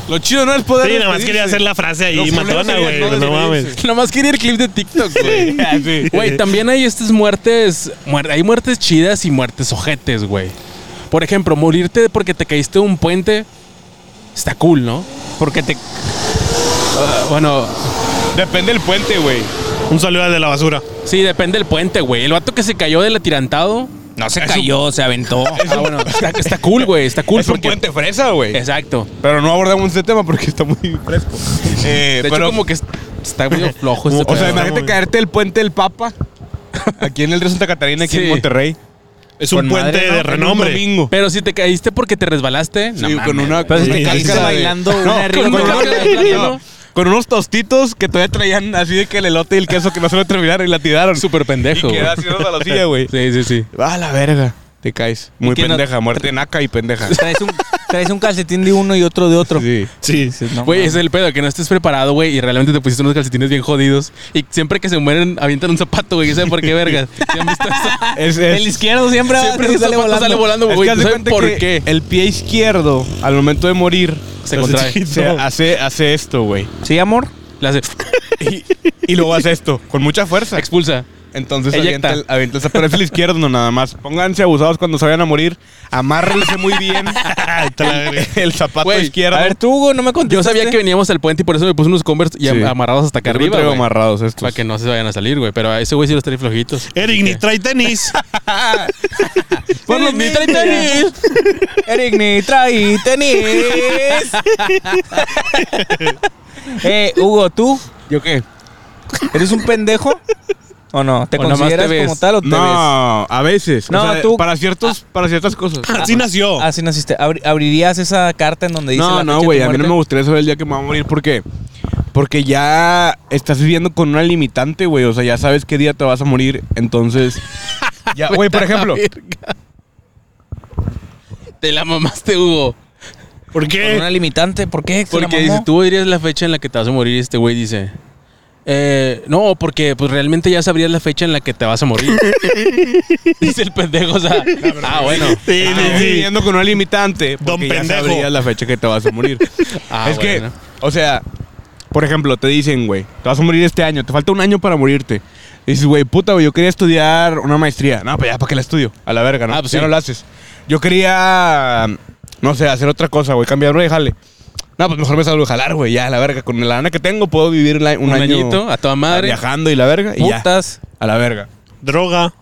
Speaker 3: Lo chido no es poder
Speaker 2: Sí, nada más
Speaker 3: despedirse.
Speaker 2: quería hacer la frase
Speaker 3: Lo
Speaker 2: ahí,
Speaker 3: primero
Speaker 2: matona,
Speaker 3: sería
Speaker 2: güey.
Speaker 3: no
Speaker 2: No mames.
Speaker 3: despedirse.
Speaker 1: Nomás quería el clip de TikTok, güey.
Speaker 3: Sí.
Speaker 1: Güey, también hay estas muertes. muer- hay muertes chidas y muertes ojetes, güey. Por ejemplo, morirte porque te caíste de un puente. Está cool, ¿no? Ah,
Speaker 4: Porque te.
Speaker 1: Bueno,
Speaker 3: Depende del puente, güey.
Speaker 2: Un saludo al de la basura.
Speaker 1: sí, depende del puente, güey. El vato que se cayó del atirantado.
Speaker 4: No se cayó, se aventó.
Speaker 1: Ah, bueno, está, está cool, güey. Está cool
Speaker 3: Es un
Speaker 1: porque-
Speaker 3: puente fresa, güey.
Speaker 1: Exacto.
Speaker 3: Pero no abordamos este tema porque está muy fresco.
Speaker 1: De
Speaker 3: Eh,
Speaker 1: hecho,
Speaker 3: pero,
Speaker 1: como que es- está medio flojo
Speaker 2: Como-
Speaker 1: este
Speaker 3: o sea,
Speaker 1: pedo.
Speaker 2: Pero-
Speaker 3: imagínate caerte del puente del Papa. Aquí en el río Santa Catarina, aquí
Speaker 1: Sí.
Speaker 3: en Monterrey.
Speaker 2: Es un
Speaker 3: Con
Speaker 2: puente
Speaker 3: madre, ¿no?
Speaker 2: de
Speaker 3: En un
Speaker 2: renombre.
Speaker 3: domingo.
Speaker 1: Pero si te caíste porque te resbalaste, no
Speaker 3: Sí,
Speaker 1: mames.
Speaker 3: con una.
Speaker 4: Pero si
Speaker 2: te
Speaker 3: con una
Speaker 2: caíste
Speaker 3: cáscara de-
Speaker 4: bailando una
Speaker 3: con,
Speaker 4: ringa.
Speaker 3: con una-
Speaker 1: Cáscara de plátano.
Speaker 3: no, con unos tostitos que todavía traían así de que el elote y el queso que no se lo terminaron y la tiraron.
Speaker 1: Súper
Speaker 3: y
Speaker 1: pendejo. güey.
Speaker 3: quedas haciendo a la silla, güey.
Speaker 1: Sí, sí, sí.
Speaker 3: Va a la verga. Te caes. Muy
Speaker 4: que no-
Speaker 3: pendeja. Muerte naca y pendeja.
Speaker 4: Traes un, traes un calcetín de uno y otro de otro.
Speaker 3: Sí.
Speaker 2: Sí.
Speaker 4: No
Speaker 1: Güey,
Speaker 4: mames.
Speaker 1: es el pedo, que no estés preparado, güey, y realmente te pusiste unos calcetines bien jodidos. Y siempre que se mueren, avientan un zapato, güey, ¿saben por qué, verga? ¿Sí han visto eso?
Speaker 3: Es,
Speaker 4: El
Speaker 3: es,
Speaker 4: izquierdo siempre, va-
Speaker 1: Siempre ese
Speaker 4: sale
Speaker 1: zapato
Speaker 4: volando.
Speaker 1: sale volando,
Speaker 3: es
Speaker 1: Ah, güey.
Speaker 3: que haz de
Speaker 1: ¿Saben
Speaker 3: cuenta
Speaker 1: por
Speaker 3: que
Speaker 1: qué?
Speaker 3: El pie izquierdo, al momento de morir,
Speaker 1: Se contrae.
Speaker 3: se hace, hace esto, güey.
Speaker 4: Sí, amor.
Speaker 1: Le hace,
Speaker 3: Y, y luego hace esto, con mucha fuerza.
Speaker 1: expulsa.
Speaker 3: Entonces
Speaker 1: Eyecta.
Speaker 3: avienta el, avienta el- pero es el izquierdo no nada más. Pónganse abusados cuando se vayan a morir. Amárrense muy bien el zapato
Speaker 1: Güey,
Speaker 3: izquierdo.
Speaker 4: A ver, tú, Hugo, no me contaste.
Speaker 1: Yo sabía que veníamos al puente y por eso me puse unos Converse y am-
Speaker 3: Sí.
Speaker 1: amarrados hasta acá
Speaker 3: Yo
Speaker 1: arriba,
Speaker 3: traigo
Speaker 1: güey.
Speaker 3: amarrados estos.
Speaker 1: Para que no se vayan a salir, güey. Pero a ese güey sí los trae flojitos.
Speaker 2: Eric, ni trae tenis.
Speaker 1: Por los ni trae tenis.
Speaker 4: Eric ni trae tenis. eh, Hugo, ¿tú
Speaker 3: ¿Yo qué?
Speaker 4: eres un pendejo? ¿O no? ¿Te
Speaker 1: O nomás
Speaker 4: consideras
Speaker 1: te ves.
Speaker 4: como tal o te
Speaker 3: No, a veces. O
Speaker 4: No,
Speaker 3: sea,
Speaker 4: tú-
Speaker 3: Para, ciertos, para ciertas cosas.
Speaker 2: Así nació.
Speaker 4: ves? Así Ah, naciste. Abri- ¿Abrirías esa carta en donde dice
Speaker 3: Oh. No,
Speaker 4: la
Speaker 3: no,
Speaker 4: fecha de
Speaker 3: güey.
Speaker 4: tu
Speaker 3: A mí no me
Speaker 4: muerte?
Speaker 3: gustaría saber el día que me voy a morir. ¿Por qué? Porque ya estás viviendo con una limitante, güey. O sea, ya sabes qué día te vas a morir. Entonces. Ya, güey, por ejemplo.
Speaker 1: Te la mamaste, Hugo.
Speaker 2: ¿Por
Speaker 4: Con una
Speaker 2: qué?
Speaker 4: limitante. ¿Por qué? Se la
Speaker 1: Porque
Speaker 4: mamó.
Speaker 1: dice, tú dirías la fecha en la que te vas a morir y este güey dice... eh, no, porque pues realmente ya sabrías la fecha en la que te vas a morir. dice el pendejo, o sea... ah, bueno.
Speaker 2: Sí,
Speaker 3: Estás
Speaker 2: sí, sí.
Speaker 3: viviendo con una limitante.
Speaker 2: Don
Speaker 3: porque ya
Speaker 2: pendejo.
Speaker 3: sabrías la fecha que te vas a morir.
Speaker 1: Ah,
Speaker 3: es
Speaker 1: bueno.
Speaker 3: que, o sea, por ejemplo, te dicen, güey, te vas a morir este año. Te falta un año para morirte. Y dices, güey, puta, güey, yo quería estudiar una maestría. No, pues ya, ¿para qué la estudio? A la verga, ¿no?
Speaker 1: Ah, pues
Speaker 3: ya
Speaker 1: sí.
Speaker 3: no la haces. Yo quería, no sé, hacer otra cosa, güey, cambiarme de jale. No, pues mejor me salgo a jalar, güey, ya, a la verga. Con la lana que tengo puedo vivir la- un,
Speaker 1: Un,
Speaker 3: año
Speaker 1: añito, a toda madre.
Speaker 3: viajando y la verga. Y ya,
Speaker 4: Putas.
Speaker 3: a la verga.
Speaker 2: Droga.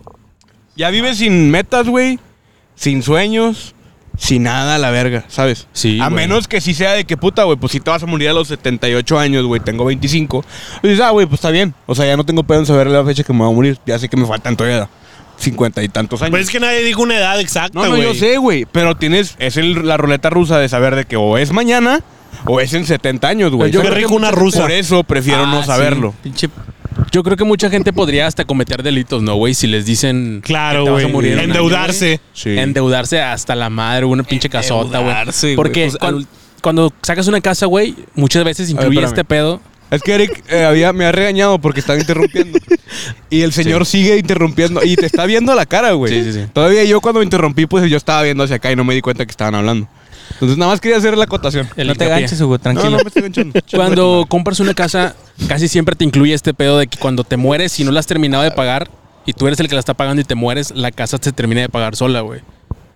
Speaker 3: Ya vives sin metas, güey. Sin sueños. sin nada a la verga, ¿sabes?
Speaker 1: Sí,
Speaker 3: A
Speaker 1: güey.
Speaker 3: menos que sí sea de que puta, güey, pues si te vas a morir a los 78 años, güey, tengo 25. Y dices, ah, güey, pues está bien. O sea, ya no tengo pedo en saber la fecha que me voy a morir. Ya sé que me faltan todavía 50 y tantos años.
Speaker 2: Pero Pues es que nadie dijo una edad exacta,
Speaker 3: No,
Speaker 2: güey.
Speaker 3: no, yo sé, güey. Pero tienes, es el- la ruleta rusa de saber de que o es mañana o es en 70 años, güey.
Speaker 2: Yo
Speaker 3: ¿Sabes?
Speaker 2: creo que una rusa.
Speaker 3: Por eso prefiero no
Speaker 4: Ah,
Speaker 3: saberlo.
Speaker 4: sí, pinche-
Speaker 1: Yo creo que mucha gente podría hasta cometer delitos, ¿no, güey? Si les dicen.
Speaker 2: Claro,
Speaker 1: que te vas a
Speaker 2: güey.
Speaker 1: morir en un año,
Speaker 2: Endeudarse.
Speaker 3: Sí.
Speaker 1: endeudarse hasta la madre, una pinche casota,
Speaker 4: Endeudarse,
Speaker 1: güey.
Speaker 4: güey.
Speaker 1: Porque
Speaker 4: Pues,
Speaker 1: cuan-
Speaker 4: al-
Speaker 1: cuando sacas una casa, güey, muchas veces
Speaker 3: ver,
Speaker 1: incluye
Speaker 3: espérame.
Speaker 1: este pedo.
Speaker 3: Es que Eric eh, había, me ha regañado porque estaba interrumpiendo. y el señor sigue interrumpiendo. Y te está viendo a la cara, güey.
Speaker 1: Sí, sí, sí.
Speaker 3: Todavía yo cuando me interrumpí, pues yo estaba viendo hacia acá y no me di cuenta que estaban hablando. Entonces nada más quería hacer la acotación.
Speaker 1: El
Speaker 4: no te
Speaker 1: hincapié.
Speaker 4: ganches, güey, tranquilo.
Speaker 3: No, no me estoy enchando.
Speaker 1: Cuando compras una casa, casi siempre te incluye este pedo de que cuando te mueres y no la has terminado de pagar y tú eres el que la está pagando y te mueres, la casa se termina de pagar sola, güey.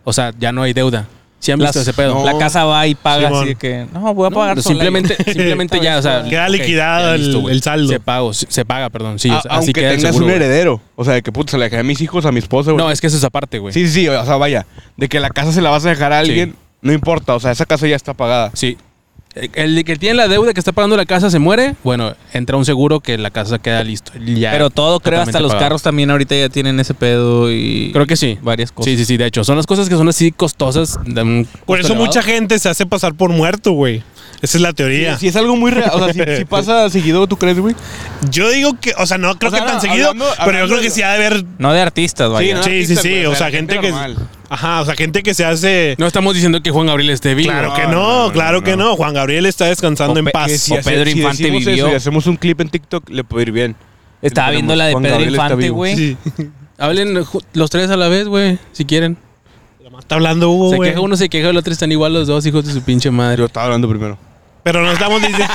Speaker 1: O sea, ya no hay deuda. ¿Sí han visto
Speaker 4: Las-
Speaker 1: ese pedo?
Speaker 3: no.
Speaker 4: La casa va y paga,
Speaker 2: Simón.
Speaker 4: así de que. No, voy a
Speaker 1: No,
Speaker 4: pagar
Speaker 1: pues
Speaker 4: sola,
Speaker 1: simplemente,
Speaker 4: güey.
Speaker 1: simplemente ya, o sea,
Speaker 2: Queda
Speaker 1: ok,
Speaker 2: liquidado
Speaker 1: ya
Speaker 2: el-
Speaker 1: güey.
Speaker 2: el saldo.
Speaker 1: Se pago, se, se paga, perdón, sí, o
Speaker 3: A-
Speaker 1: sea, así
Speaker 3: aunque
Speaker 1: queda el
Speaker 3: tengas
Speaker 1: seguro,
Speaker 3: un
Speaker 1: güey.
Speaker 3: heredero. O sea, de que puta, se la dejé a mis hijos, a mi esposa, güey.
Speaker 1: No, es que eso es aparte, güey.
Speaker 3: Sí, sí, sí, o sea, vaya, de que la casa se la vas a dejar a alguien,
Speaker 1: Sí.
Speaker 3: no importa, o sea, esa casa ya está pagada.
Speaker 1: Sí. El de que tiene la deuda que está pagando la casa se muere, bueno, entra un seguro que la casa queda listo. ya
Speaker 4: Pero todo, creo, hasta
Speaker 1: totalmente
Speaker 4: los
Speaker 1: pagado.
Speaker 4: carros también ahorita ya tienen ese pedo y.
Speaker 1: Creo que sí.
Speaker 4: Varias cosas.
Speaker 1: Sí, sí, sí, de hecho. Son las cosas que son así costosas. de un
Speaker 2: Por
Speaker 1: costo
Speaker 2: eso
Speaker 1: elevado.
Speaker 2: mucha gente se hace pasar por muerto, güey. Esa es la teoría.
Speaker 3: Si es algo muy real, o sea, si, si pasa seguido, ¿tú crees, güey?
Speaker 2: Yo digo que, o sea, no creo
Speaker 3: O sea,
Speaker 2: que tan
Speaker 3: no,
Speaker 2: seguido,
Speaker 3: hablando-
Speaker 2: pero yo
Speaker 3: hablando
Speaker 2: creo que
Speaker 3: de-
Speaker 2: sí ha de haber.
Speaker 4: No de Ah, artistas, vaya.
Speaker 3: no,
Speaker 2: Sí, sí,
Speaker 3: artistas,
Speaker 2: sí.
Speaker 3: güey,
Speaker 2: O
Speaker 3: o sea,
Speaker 2: sea, gente
Speaker 3: gente
Speaker 2: que.
Speaker 3: normal.
Speaker 2: Ajá, o sea, gente que se hace.
Speaker 1: No estamos diciendo que Juan Gabriel esté vivo.
Speaker 2: claro
Speaker 3: no,
Speaker 2: que
Speaker 3: no,
Speaker 2: no,
Speaker 3: no,
Speaker 2: claro
Speaker 3: no.
Speaker 2: que no. Juan Gabriel está descansando
Speaker 4: O
Speaker 2: en
Speaker 4: pe-
Speaker 2: paz.
Speaker 1: eh,
Speaker 4: que si O hace- Pedro
Speaker 3: si
Speaker 4: Infante
Speaker 3: decimos
Speaker 4: vivió.
Speaker 3: y hacemos un clip en TikTok, le puede ir bien.
Speaker 4: Estaba
Speaker 3: Le
Speaker 4: viendo la de
Speaker 3: ponemos,
Speaker 4: Pedro
Speaker 3: Juan Gabriel está
Speaker 4: Infante,
Speaker 3: vivo.
Speaker 4: güey.
Speaker 2: Sí.
Speaker 1: Hablen ju- los tres a la vez, güey, si quieren.
Speaker 2: Está hablando Hugo,
Speaker 1: se
Speaker 2: Oh, güey.
Speaker 1: queja uno, se queja el otro, están igual los dos hijos de su pinche
Speaker 3: Yo
Speaker 1: madre.
Speaker 3: estaba hablando primero.
Speaker 2: Pero no estamos diciendo.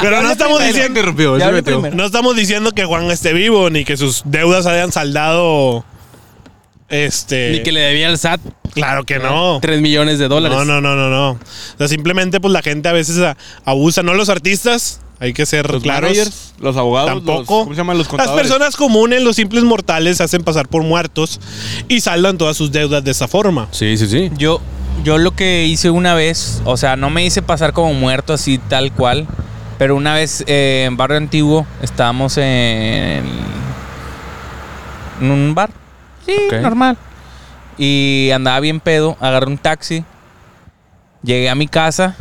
Speaker 2: pero no estamos diciendo.
Speaker 3: interrumpió,
Speaker 4: Ya
Speaker 3: ese
Speaker 4: hablé
Speaker 3: metió.
Speaker 4: primero.
Speaker 2: No estamos diciendo que Juan esté vivo, ni que sus deudas hayan saldado. Este.
Speaker 1: Ni que le debía al SAT
Speaker 2: Claro que no.
Speaker 1: 3 millones de dólares.
Speaker 2: No, no, no, no, no. O sea, simplemente, pues la gente a veces a- abusa, no los artistas, hay que ser
Speaker 3: Los
Speaker 2: claros.
Speaker 3: managers, los abogados, los-
Speaker 2: Tampoco.
Speaker 3: ¿cómo se llaman los
Speaker 2: Las
Speaker 3: contadores?
Speaker 2: personas comunes, los simples mortales, se hacen pasar por muertos y saldan todas sus deudas de esa forma.
Speaker 1: Sí, sí, sí.
Speaker 4: Yo, yo lo que hice una vez, o sea, no me hice pasar como muerto así tal cual, pero una vez eh, en Barrio Antiguo estábamos en, en un bar. Sí,
Speaker 1: Ok.
Speaker 4: normal. Y andaba bien pedo, agarré un taxi, llegué a mi casa,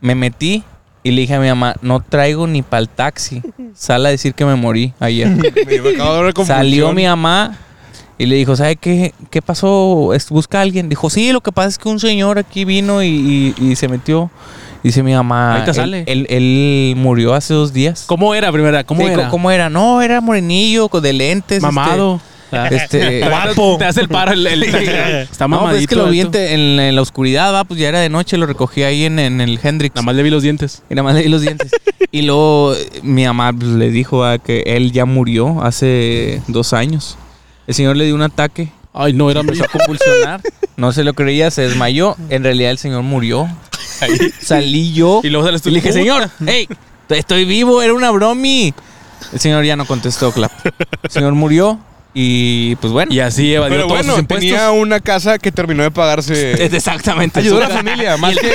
Speaker 4: me metí y le dije a mi mamá, no traigo ni para el taxi. Sal a decir que me morí ayer.
Speaker 3: Me- me acabo de dar una confusión.
Speaker 4: Salió mi mamá y le dijo, ¿sabe qué, qué pasó? Es- Busca a alguien. Dijo, sí, lo que pasa es que un señor aquí vino y, y- y se metió. Dice mi mamá,
Speaker 1: Ahorita
Speaker 4: él,
Speaker 1: sale.
Speaker 4: Él, él murió hace dos días.
Speaker 1: ¿Cómo era, primera? ¿Cómo
Speaker 4: Sí,
Speaker 1: era?
Speaker 4: ¿Cómo era? No, era morenillo, con- de lentes.
Speaker 1: Mamado. Ah.
Speaker 4: este- este,
Speaker 2: Guapo.
Speaker 1: Te hace el paro el, el- Está
Speaker 4: no,
Speaker 1: mamadito.
Speaker 4: pues es que lo vi en,
Speaker 1: vato.
Speaker 4: te- en la- en la oscuridad, va, pues ya era de noche, lo recogí ahí en, en el Hendrix.
Speaker 1: Nada más le vi los dientes.
Speaker 4: Y nada más le di los dientes. y luego eh, mi mamá pues, le dijo a que él ya murió hace dos años. El señor le dio un ataque.
Speaker 1: Ay, no, era
Speaker 4: Empezó a convulsionar. No se lo creía, se desmayó. En realidad el señor murió. Salí yo.
Speaker 1: Y luego este sales tú,
Speaker 4: le dije,
Speaker 1: "Puta".
Speaker 4: señor, hey, estoy vivo, era una bromi. El señor ya no contestó, clap. El señor murió y pues bueno.
Speaker 1: Y así evadió
Speaker 3: Pero
Speaker 1: todos sus
Speaker 3: bueno,
Speaker 1: impuestos.
Speaker 3: tenía una casa que terminó de pagarse.
Speaker 4: Exactamente.
Speaker 3: Ayudó a la familia, más que,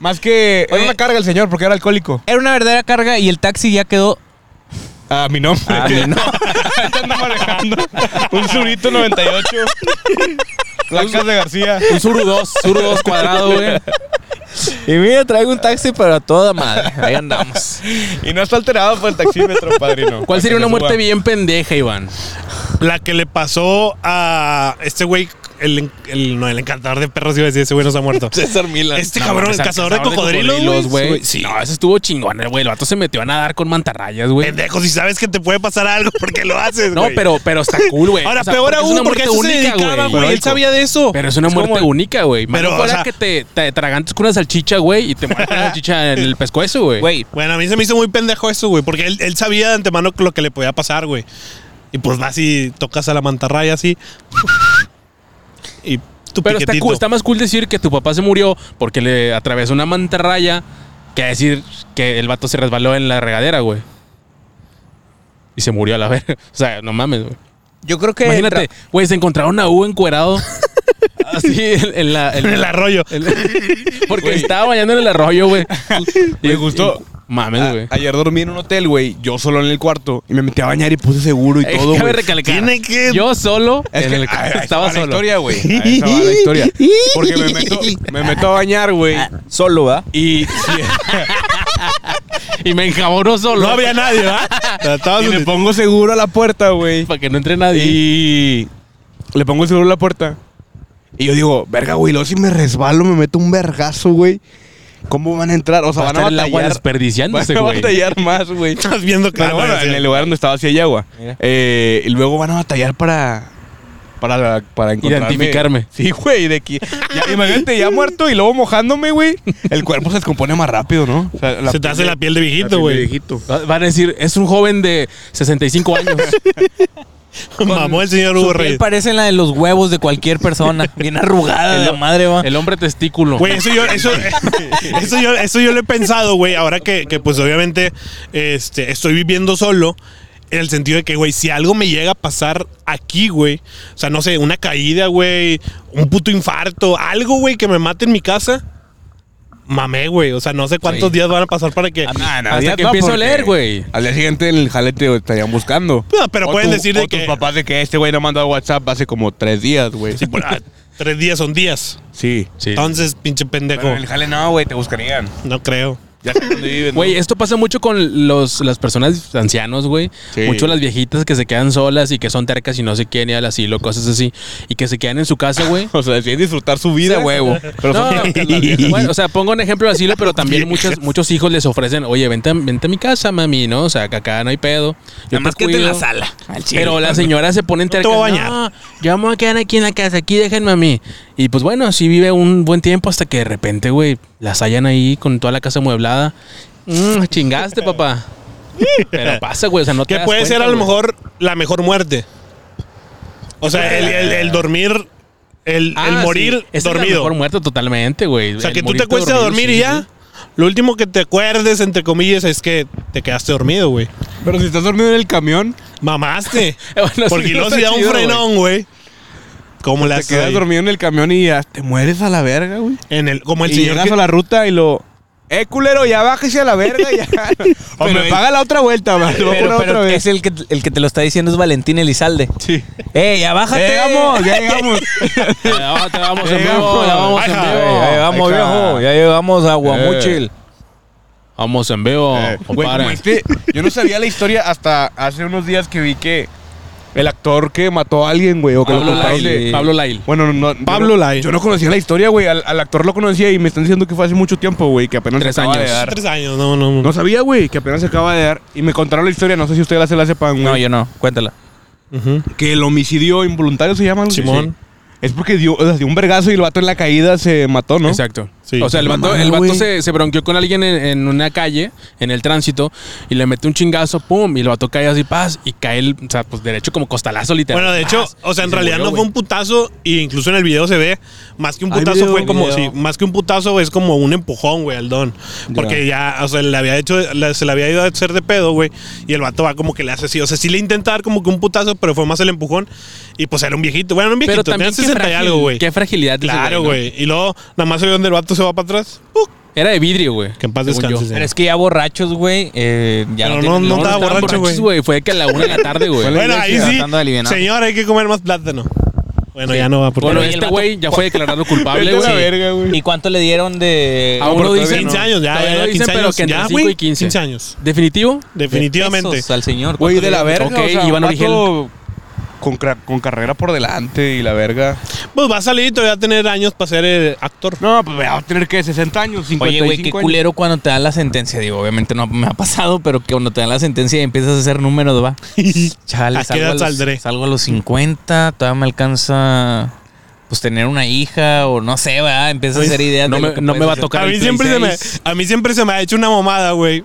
Speaker 3: más que... Era
Speaker 4: Oye.
Speaker 3: una carga el señor porque era alcohólico.
Speaker 4: Era una verdadera carga y el taxi ya quedó.
Speaker 3: A Ah, mi nombre.
Speaker 4: A mí no.
Speaker 3: anda manejando. Un surito 98. Placas de García.
Speaker 1: Un Zuru 2, Zuru 2 cuadrado, güey.
Speaker 4: Y mira, traigo un taxi para toda madre. Ahí andamos.
Speaker 3: Y no está alterado por el taxímetro, padrino.
Speaker 1: ¿Cuál sería
Speaker 3: Que
Speaker 1: una
Speaker 3: se
Speaker 1: muerte
Speaker 3: suba.
Speaker 1: bien pendeja, Iván?
Speaker 2: La que le pasó a este güey, el, el- no, el encantador de perros, iba a decir, ese güey no se ha muerto.
Speaker 3: César Mila.
Speaker 2: Este cabrón, el cazador, de cocodrilos, güey. Sí.
Speaker 1: No, ese estuvo chingón, eh, güey. El vato se metió a nadar con mantarrayas, güey.
Speaker 2: Pendejo, si sabes que te puede pasar algo, porque lo haces,
Speaker 1: No,
Speaker 2: güey?
Speaker 1: pero, pero está cool, güey.
Speaker 2: Ahora,
Speaker 1: O sea,
Speaker 2: peor
Speaker 1: es
Speaker 2: aún,
Speaker 1: una
Speaker 2: porque a
Speaker 1: muerte
Speaker 2: eso se dedicaba, güey. Él sabía de eso.
Speaker 1: Pero es una muerte
Speaker 2: como-
Speaker 1: única, güey. Pero
Speaker 2: Pero,
Speaker 1: fuera
Speaker 2: o sea-
Speaker 1: que te, te tragantes con una salchicha, güey, y te mueres con una salchicha en el pescuezo, güey.
Speaker 4: Güey,
Speaker 2: Bueno, a mí se me hizo muy pendejo eso, güey, porque él, él sabía de antemano lo que le podía pasar, güey. Y pues vas y tocas a la mantarraya así. Y tu
Speaker 1: Pero está,
Speaker 2: piquetito.
Speaker 1: cool- está más cool decir que tu papá se murió porque le atravesó una mantarraya que decir que el vato se resbaló en la regadera, güey. Y se murió a la vez. O sea, no mames, güey.
Speaker 4: yo creo que.
Speaker 1: Imagínate, güey, se encontraron a Hugo encuerado así en, en la. en
Speaker 2: En el
Speaker 1: la-
Speaker 2: arroyo.
Speaker 1: en la- porque estaba bañando en el arroyo, güey.
Speaker 3: Me gustó.
Speaker 1: Mames,
Speaker 3: A-
Speaker 1: güey.
Speaker 3: ayer dormí en un hotel, güey, yo solo en el cuarto y me metí a bañar y puse seguro y
Speaker 1: Eh,
Speaker 3: todo,
Speaker 1: cabe
Speaker 3: güey.
Speaker 1: recalcar.
Speaker 2: Tiene que-
Speaker 1: Yo solo
Speaker 3: Es
Speaker 1: en
Speaker 3: que-
Speaker 1: el-
Speaker 3: ah, ahí
Speaker 1: estaba
Speaker 3: va la
Speaker 1: solo.
Speaker 3: historia, güey. Ahí estaba la historia. Porque me meto, me meto a bañar, güey.
Speaker 4: Solo, ¿va?
Speaker 3: Y,
Speaker 1: Y me enjabono solo.
Speaker 2: No había nadie, ¿verdad? Estabas
Speaker 3: y le
Speaker 2: en-
Speaker 3: pongo seguro a la puerta, güey.
Speaker 1: Para que no entre nadie.
Speaker 3: Y le pongo el seguro a la puerta. Y yo digo, verga, güey, luego si me resbalo, me meto un vergazo, güey. ¿Cómo van a entrar? O sea,
Speaker 1: Va a
Speaker 3: van a
Speaker 1: estar el agua
Speaker 3: batallar. Van
Speaker 1: desperdiciándose,
Speaker 3: a
Speaker 1: güey.
Speaker 3: batallar más, güey.
Speaker 2: Estás viendo que
Speaker 3: Pero bueno, en el lugar donde estaba así hay agua.
Speaker 4: Mira.
Speaker 3: Eh, y luego van a batallar para. Para, para encontrarme.
Speaker 1: Identificarme.
Speaker 3: Sí, güey, de aquí. Ya, imagínate, ya muerto y luego mojándome, güey. El cuerpo se descompone más rápido, ¿no? O sea,
Speaker 2: Se te hace la piel de viejito,
Speaker 3: piel de
Speaker 2: güey.
Speaker 3: viejito.
Speaker 1: Va- Van a decir, es un joven de 65 años.
Speaker 2: Mamó el señor Hugo
Speaker 4: Su piel
Speaker 2: Reyes.
Speaker 4: parece la de los huevos de cualquier persona. Bien arrugada de la madre, va.
Speaker 1: el hombre testículo.
Speaker 2: Güey, eso yo, eso, eso yo, eso yo lo he pensado, güey. Ahora que, que, pues obviamente este, estoy viviendo solo. En el sentido de que, güey, si algo me llega a pasar aquí, güey. O sea, no sé, una caída, güey. Un puto infarto. Algo, güey, que me mate en mi casa. Mamé, güey. O sea, no sé cuántos
Speaker 4: Sí.
Speaker 2: días van a pasar para que.
Speaker 3: Nah, nah,
Speaker 1: Hasta
Speaker 3: ya
Speaker 1: que
Speaker 3: no,
Speaker 1: empiezo a
Speaker 3: porque
Speaker 1: leer, güey.
Speaker 3: Al día siguiente en el jalete güey, estarían buscando.
Speaker 2: No, Ah, pero pueden decir de
Speaker 3: o
Speaker 2: que-
Speaker 3: tus papás de que este güey no mandó WhatsApp hace como tres días, güey.
Speaker 2: Sí, por- ah, tres días son días.
Speaker 3: Sí.
Speaker 1: Sí.
Speaker 2: Entonces, pinche pendejo.
Speaker 3: Pero en el jale no, güey, te buscarían.
Speaker 2: No creo.
Speaker 3: Ya sé dónde viven. ¿no?
Speaker 1: Güey, esto pasa mucho con los, las personas ancianos, güey.
Speaker 3: Sí.
Speaker 1: Mucho las viejitas que se quedan solas y que son tercas y no se quieren ir al asilo, cosas así. Y que se quedan en su casa, güey.
Speaker 3: O sea, deciden disfrutar su vida,
Speaker 1: Sí.
Speaker 3: huevo. Pero
Speaker 1: No,
Speaker 3: son-
Speaker 1: bueno, o sea, pongo un ejemplo de asilo, pero también muchas, muchos hijos les ofrecen, oye, vente, a- vente a mi casa, mami, ¿no? O sea, que acá no hay pedo. Yo
Speaker 4: Nada más
Speaker 1: te
Speaker 4: que te en la
Speaker 1: cuido.
Speaker 4: sala. al chile.
Speaker 1: Pero la señora se pone en
Speaker 2: te
Speaker 1: terca,
Speaker 2: voy a bañar.
Speaker 1: "No, yo me voy a quedar aquí en la casa, aquí déjenme a mí. Y pues bueno, así vive un buen tiempo hasta que de repente, güey, las hallan ahí con toda la casa amueblada. Mm, chingaste, papá. Pero pasa, güey, o sea, no te
Speaker 2: Que
Speaker 1: das
Speaker 2: puede ser
Speaker 1: cuenta,
Speaker 2: a lo
Speaker 1: güey.
Speaker 2: mejor la mejor muerte. O sea, el, el- el dormir, el,
Speaker 1: Ah,
Speaker 2: el
Speaker 1: sí,
Speaker 2: morir
Speaker 1: esa Es la
Speaker 2: dormido.
Speaker 1: mejor muerto totalmente, güey.
Speaker 2: o sea, que tú te acuestas a dormir y ya. Lo último que te acuerdes, entre comillas, es que te quedaste dormido, güey.
Speaker 3: pero si estás dormido en el camión,
Speaker 2: Mamaste.
Speaker 1: Bueno,
Speaker 2: Porque
Speaker 1: sí,
Speaker 2: luego
Speaker 1: está
Speaker 2: si da un
Speaker 1: chido,
Speaker 2: frenón, güey. Como la
Speaker 3: te quedas dormido en el camión y ya te mueres a la verga, güey.
Speaker 2: en el, Como Pues el
Speaker 3: y
Speaker 2: señor
Speaker 3: llegas
Speaker 2: que-
Speaker 3: a la ruta y lo. Eh, culero, ya bájese a la verga, ya. o
Speaker 2: Hombre,
Speaker 3: me paga la otra vuelta, man. Te voy a
Speaker 4: Pero,
Speaker 3: poner
Speaker 4: pero
Speaker 3: otra
Speaker 4: es
Speaker 3: vez.
Speaker 4: el que, el que te lo está diciendo es Valentín Elizalde.
Speaker 3: Sí.
Speaker 4: ¡Eh, ya bájate!
Speaker 3: Ya llegamos, ya llegamos.
Speaker 1: Ya vamos, te vamos en vivo, ya vamos en
Speaker 3: Ajá.
Speaker 1: vivo.
Speaker 4: Ya llegamos,
Speaker 3: Ahí está.
Speaker 4: viejo. Ya llegamos a Guamuchil.
Speaker 1: Vamos en vivo,
Speaker 3: Eh, güey,
Speaker 1: compadre.
Speaker 3: como este- yo no sabía la historia hasta hace unos días que vi que el actor que mató a alguien, güey, o que
Speaker 1: Pablo
Speaker 3: lo culparon
Speaker 1: Lail,
Speaker 3: de-
Speaker 1: Pablo Lail.
Speaker 3: Bueno, no, no-
Speaker 2: Pablo
Speaker 3: yo no-
Speaker 2: Lail.
Speaker 3: Yo no conocía la historia, güey. Al, al actor lo conocía y me están diciendo que fue hace mucho tiempo, güey, que apenas
Speaker 1: Tres
Speaker 3: se acaba de
Speaker 1: años.
Speaker 3: dar.
Speaker 2: Tres años, no, no.
Speaker 3: No sabía, güey, que apenas se acaba de dar. Y me contaron la historia, no sé si ustedes la se la sepan, güey.
Speaker 4: No, yo no. Cuéntala.
Speaker 2: Ujú.
Speaker 3: Que el homicidio involuntario se llama. güey.
Speaker 2: Simón.
Speaker 3: Sí. Es porque dio, o sea, dio un vergazo y el vato en la caída se mató, ¿no?
Speaker 1: Exacto.
Speaker 2: Sí.
Speaker 1: O sea, el
Speaker 3: No
Speaker 1: vato,
Speaker 3: mames,
Speaker 1: el vato
Speaker 3: güey.
Speaker 1: se, se bronqueó con alguien en, en una calle, en el tránsito, y le mete un chingazo, pum, y el vato cae así, paz, y cae el, o sea, pues derecho como costalazo, literal.
Speaker 2: Bueno, de hecho,
Speaker 1: Paz,
Speaker 2: o sea,
Speaker 1: y
Speaker 2: en
Speaker 1: se
Speaker 2: realidad
Speaker 1: murió,
Speaker 2: no fue
Speaker 1: güey.
Speaker 2: un putazo, y incluso en el video se ve, más que un
Speaker 3: Hay
Speaker 2: putazo
Speaker 3: video,
Speaker 2: fue como,
Speaker 3: video.
Speaker 2: sí, más que un putazo es como un empujón, güey, al don. Porque ya, o sea, le había hecho, le- se le había ido a hacer de pedo, güey, y el vato va como que le hace así, o sea, sí le intenta dar como que un putazo, pero fue más el empujón, y pues era un viejito, bueno, era un viejito,
Speaker 1: Pero
Speaker 2: tenía
Speaker 1: también qué,
Speaker 2: 60 y
Speaker 1: frágil-
Speaker 2: algo, güey.
Speaker 1: qué fragilidad. ese
Speaker 2: Claro,
Speaker 1: ¿no?
Speaker 2: güey, y luego nada más se ve donde el vato se va para atrás, ¡puc!
Speaker 1: Era de vidrio, güey.
Speaker 2: Que en paz
Speaker 1: según yo.
Speaker 2: descanse,
Speaker 4: Pero es que ya borrachos, güey. eh, ya
Speaker 2: Pero
Speaker 4: tienen-
Speaker 2: no
Speaker 1: No,
Speaker 2: estaba
Speaker 1: estaba
Speaker 2: borracho,
Speaker 1: borracho,
Speaker 2: güey.
Speaker 1: güey. Fue que a la una de la tarde, güey.
Speaker 2: Bueno, ahí
Speaker 4: iglesia,
Speaker 2: sí,
Speaker 4: tratando de aliviar.
Speaker 2: señor, hay que comer más plátano. Bueno, ya no va por
Speaker 1: Bueno,
Speaker 4: y el
Speaker 1: este
Speaker 4: vato-
Speaker 1: güey ya fue declarado culpable,
Speaker 3: Vete a la
Speaker 1: güey.
Speaker 3: verga, güey.
Speaker 4: ¿Y cuánto le dieron de.?
Speaker 1: A uno
Speaker 4: por-
Speaker 1: dicen-
Speaker 2: 15 años, ya,
Speaker 1: Todavía
Speaker 2: ya,
Speaker 1: lo dicen,
Speaker 2: 15
Speaker 1: pero
Speaker 2: años,
Speaker 1: que entre
Speaker 2: ya,
Speaker 1: 5 y
Speaker 2: güey,
Speaker 1: 15.
Speaker 2: 15 años.
Speaker 1: ¿Definitivo?
Speaker 4: de
Speaker 2: Definitivamente.
Speaker 4: pesos al señor.
Speaker 3: Güey,
Speaker 4: ¿cuánto
Speaker 3: de
Speaker 4: le
Speaker 3: la
Speaker 4: dieron?
Speaker 3: verga.
Speaker 1: Ok,
Speaker 3: o sea,
Speaker 1: Iván
Speaker 3: un vato con, cra- con carrera por delante y la verga.
Speaker 2: Pues va a salir y todavía va a tener años para ser eh, actor.
Speaker 3: No, pues va a tener que 60 años, 55
Speaker 4: Oye, güey, qué
Speaker 3: años.
Speaker 4: culero cuando te dan la sentencia. Digo, obviamente no me ha pasado, pero que cuando te dan la sentencia y empiezas a hacer números, va. Chale,
Speaker 2: ¿A qué
Speaker 4: salgo,
Speaker 2: edad
Speaker 4: a los,
Speaker 2: saldré?
Speaker 4: salgo a los 50, todavía me alcanza pues tener una hija o no sé, va, empiezas a hacer ideas.
Speaker 1: no
Speaker 4: de
Speaker 1: me-
Speaker 4: lo que
Speaker 1: no me
Speaker 4: puedes
Speaker 1: va a
Speaker 4: hacer.
Speaker 1: tocar
Speaker 2: a, mí
Speaker 1: el
Speaker 2: siempre se me,
Speaker 1: 36.
Speaker 2: a mí siempre se me ha hecho una momada, güey.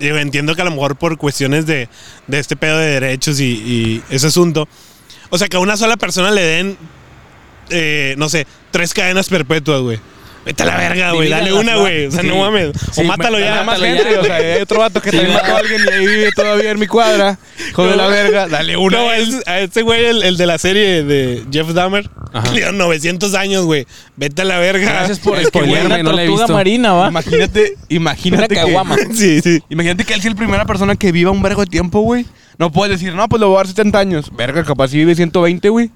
Speaker 2: Digo, entiendo que a lo mejor por cuestiones de, de este pedo de derechos y, y ese asunto. O sea, que a una sola persona le den, eh, no sé, tres cadenas perpetuas, güey. Vete a la verga, güey.
Speaker 4: Divide
Speaker 2: Dale
Speaker 4: las
Speaker 2: una,
Speaker 4: flores.
Speaker 2: güey. O sea,
Speaker 1: Sí,
Speaker 2: no mames.
Speaker 1: sí,
Speaker 2: o mátalo
Speaker 1: me-
Speaker 2: ya.
Speaker 1: nada
Speaker 3: más
Speaker 1: Mátalo
Speaker 3: gente,
Speaker 1: ya.
Speaker 3: o sea, hay otro vato que también
Speaker 4: va.
Speaker 3: mató a alguien y ahí vive todavía en mi cuadra. Hijo de la verga, dale una.
Speaker 2: No, es- a este güey, el, el de la serie de Jeff Dahmer,
Speaker 1: Ajá.
Speaker 2: le dieron 900 años, güey. Vete a la verga.
Speaker 1: Gracias por
Speaker 2: Es que, güey,
Speaker 1: spoilearme.
Speaker 4: Una
Speaker 1: no la he
Speaker 4: tortuga
Speaker 1: visto.
Speaker 4: marina, va.
Speaker 3: Imagínate,
Speaker 4: Ah. Una
Speaker 3: imagínate que,
Speaker 4: caguama.
Speaker 2: Sí, sí.
Speaker 3: imagínate que él sea la primera persona que viva un vergo de tiempo, güey. No puedes decir, no, pues le voy a dar 70 años. Verga, capaz si vive 120, güey.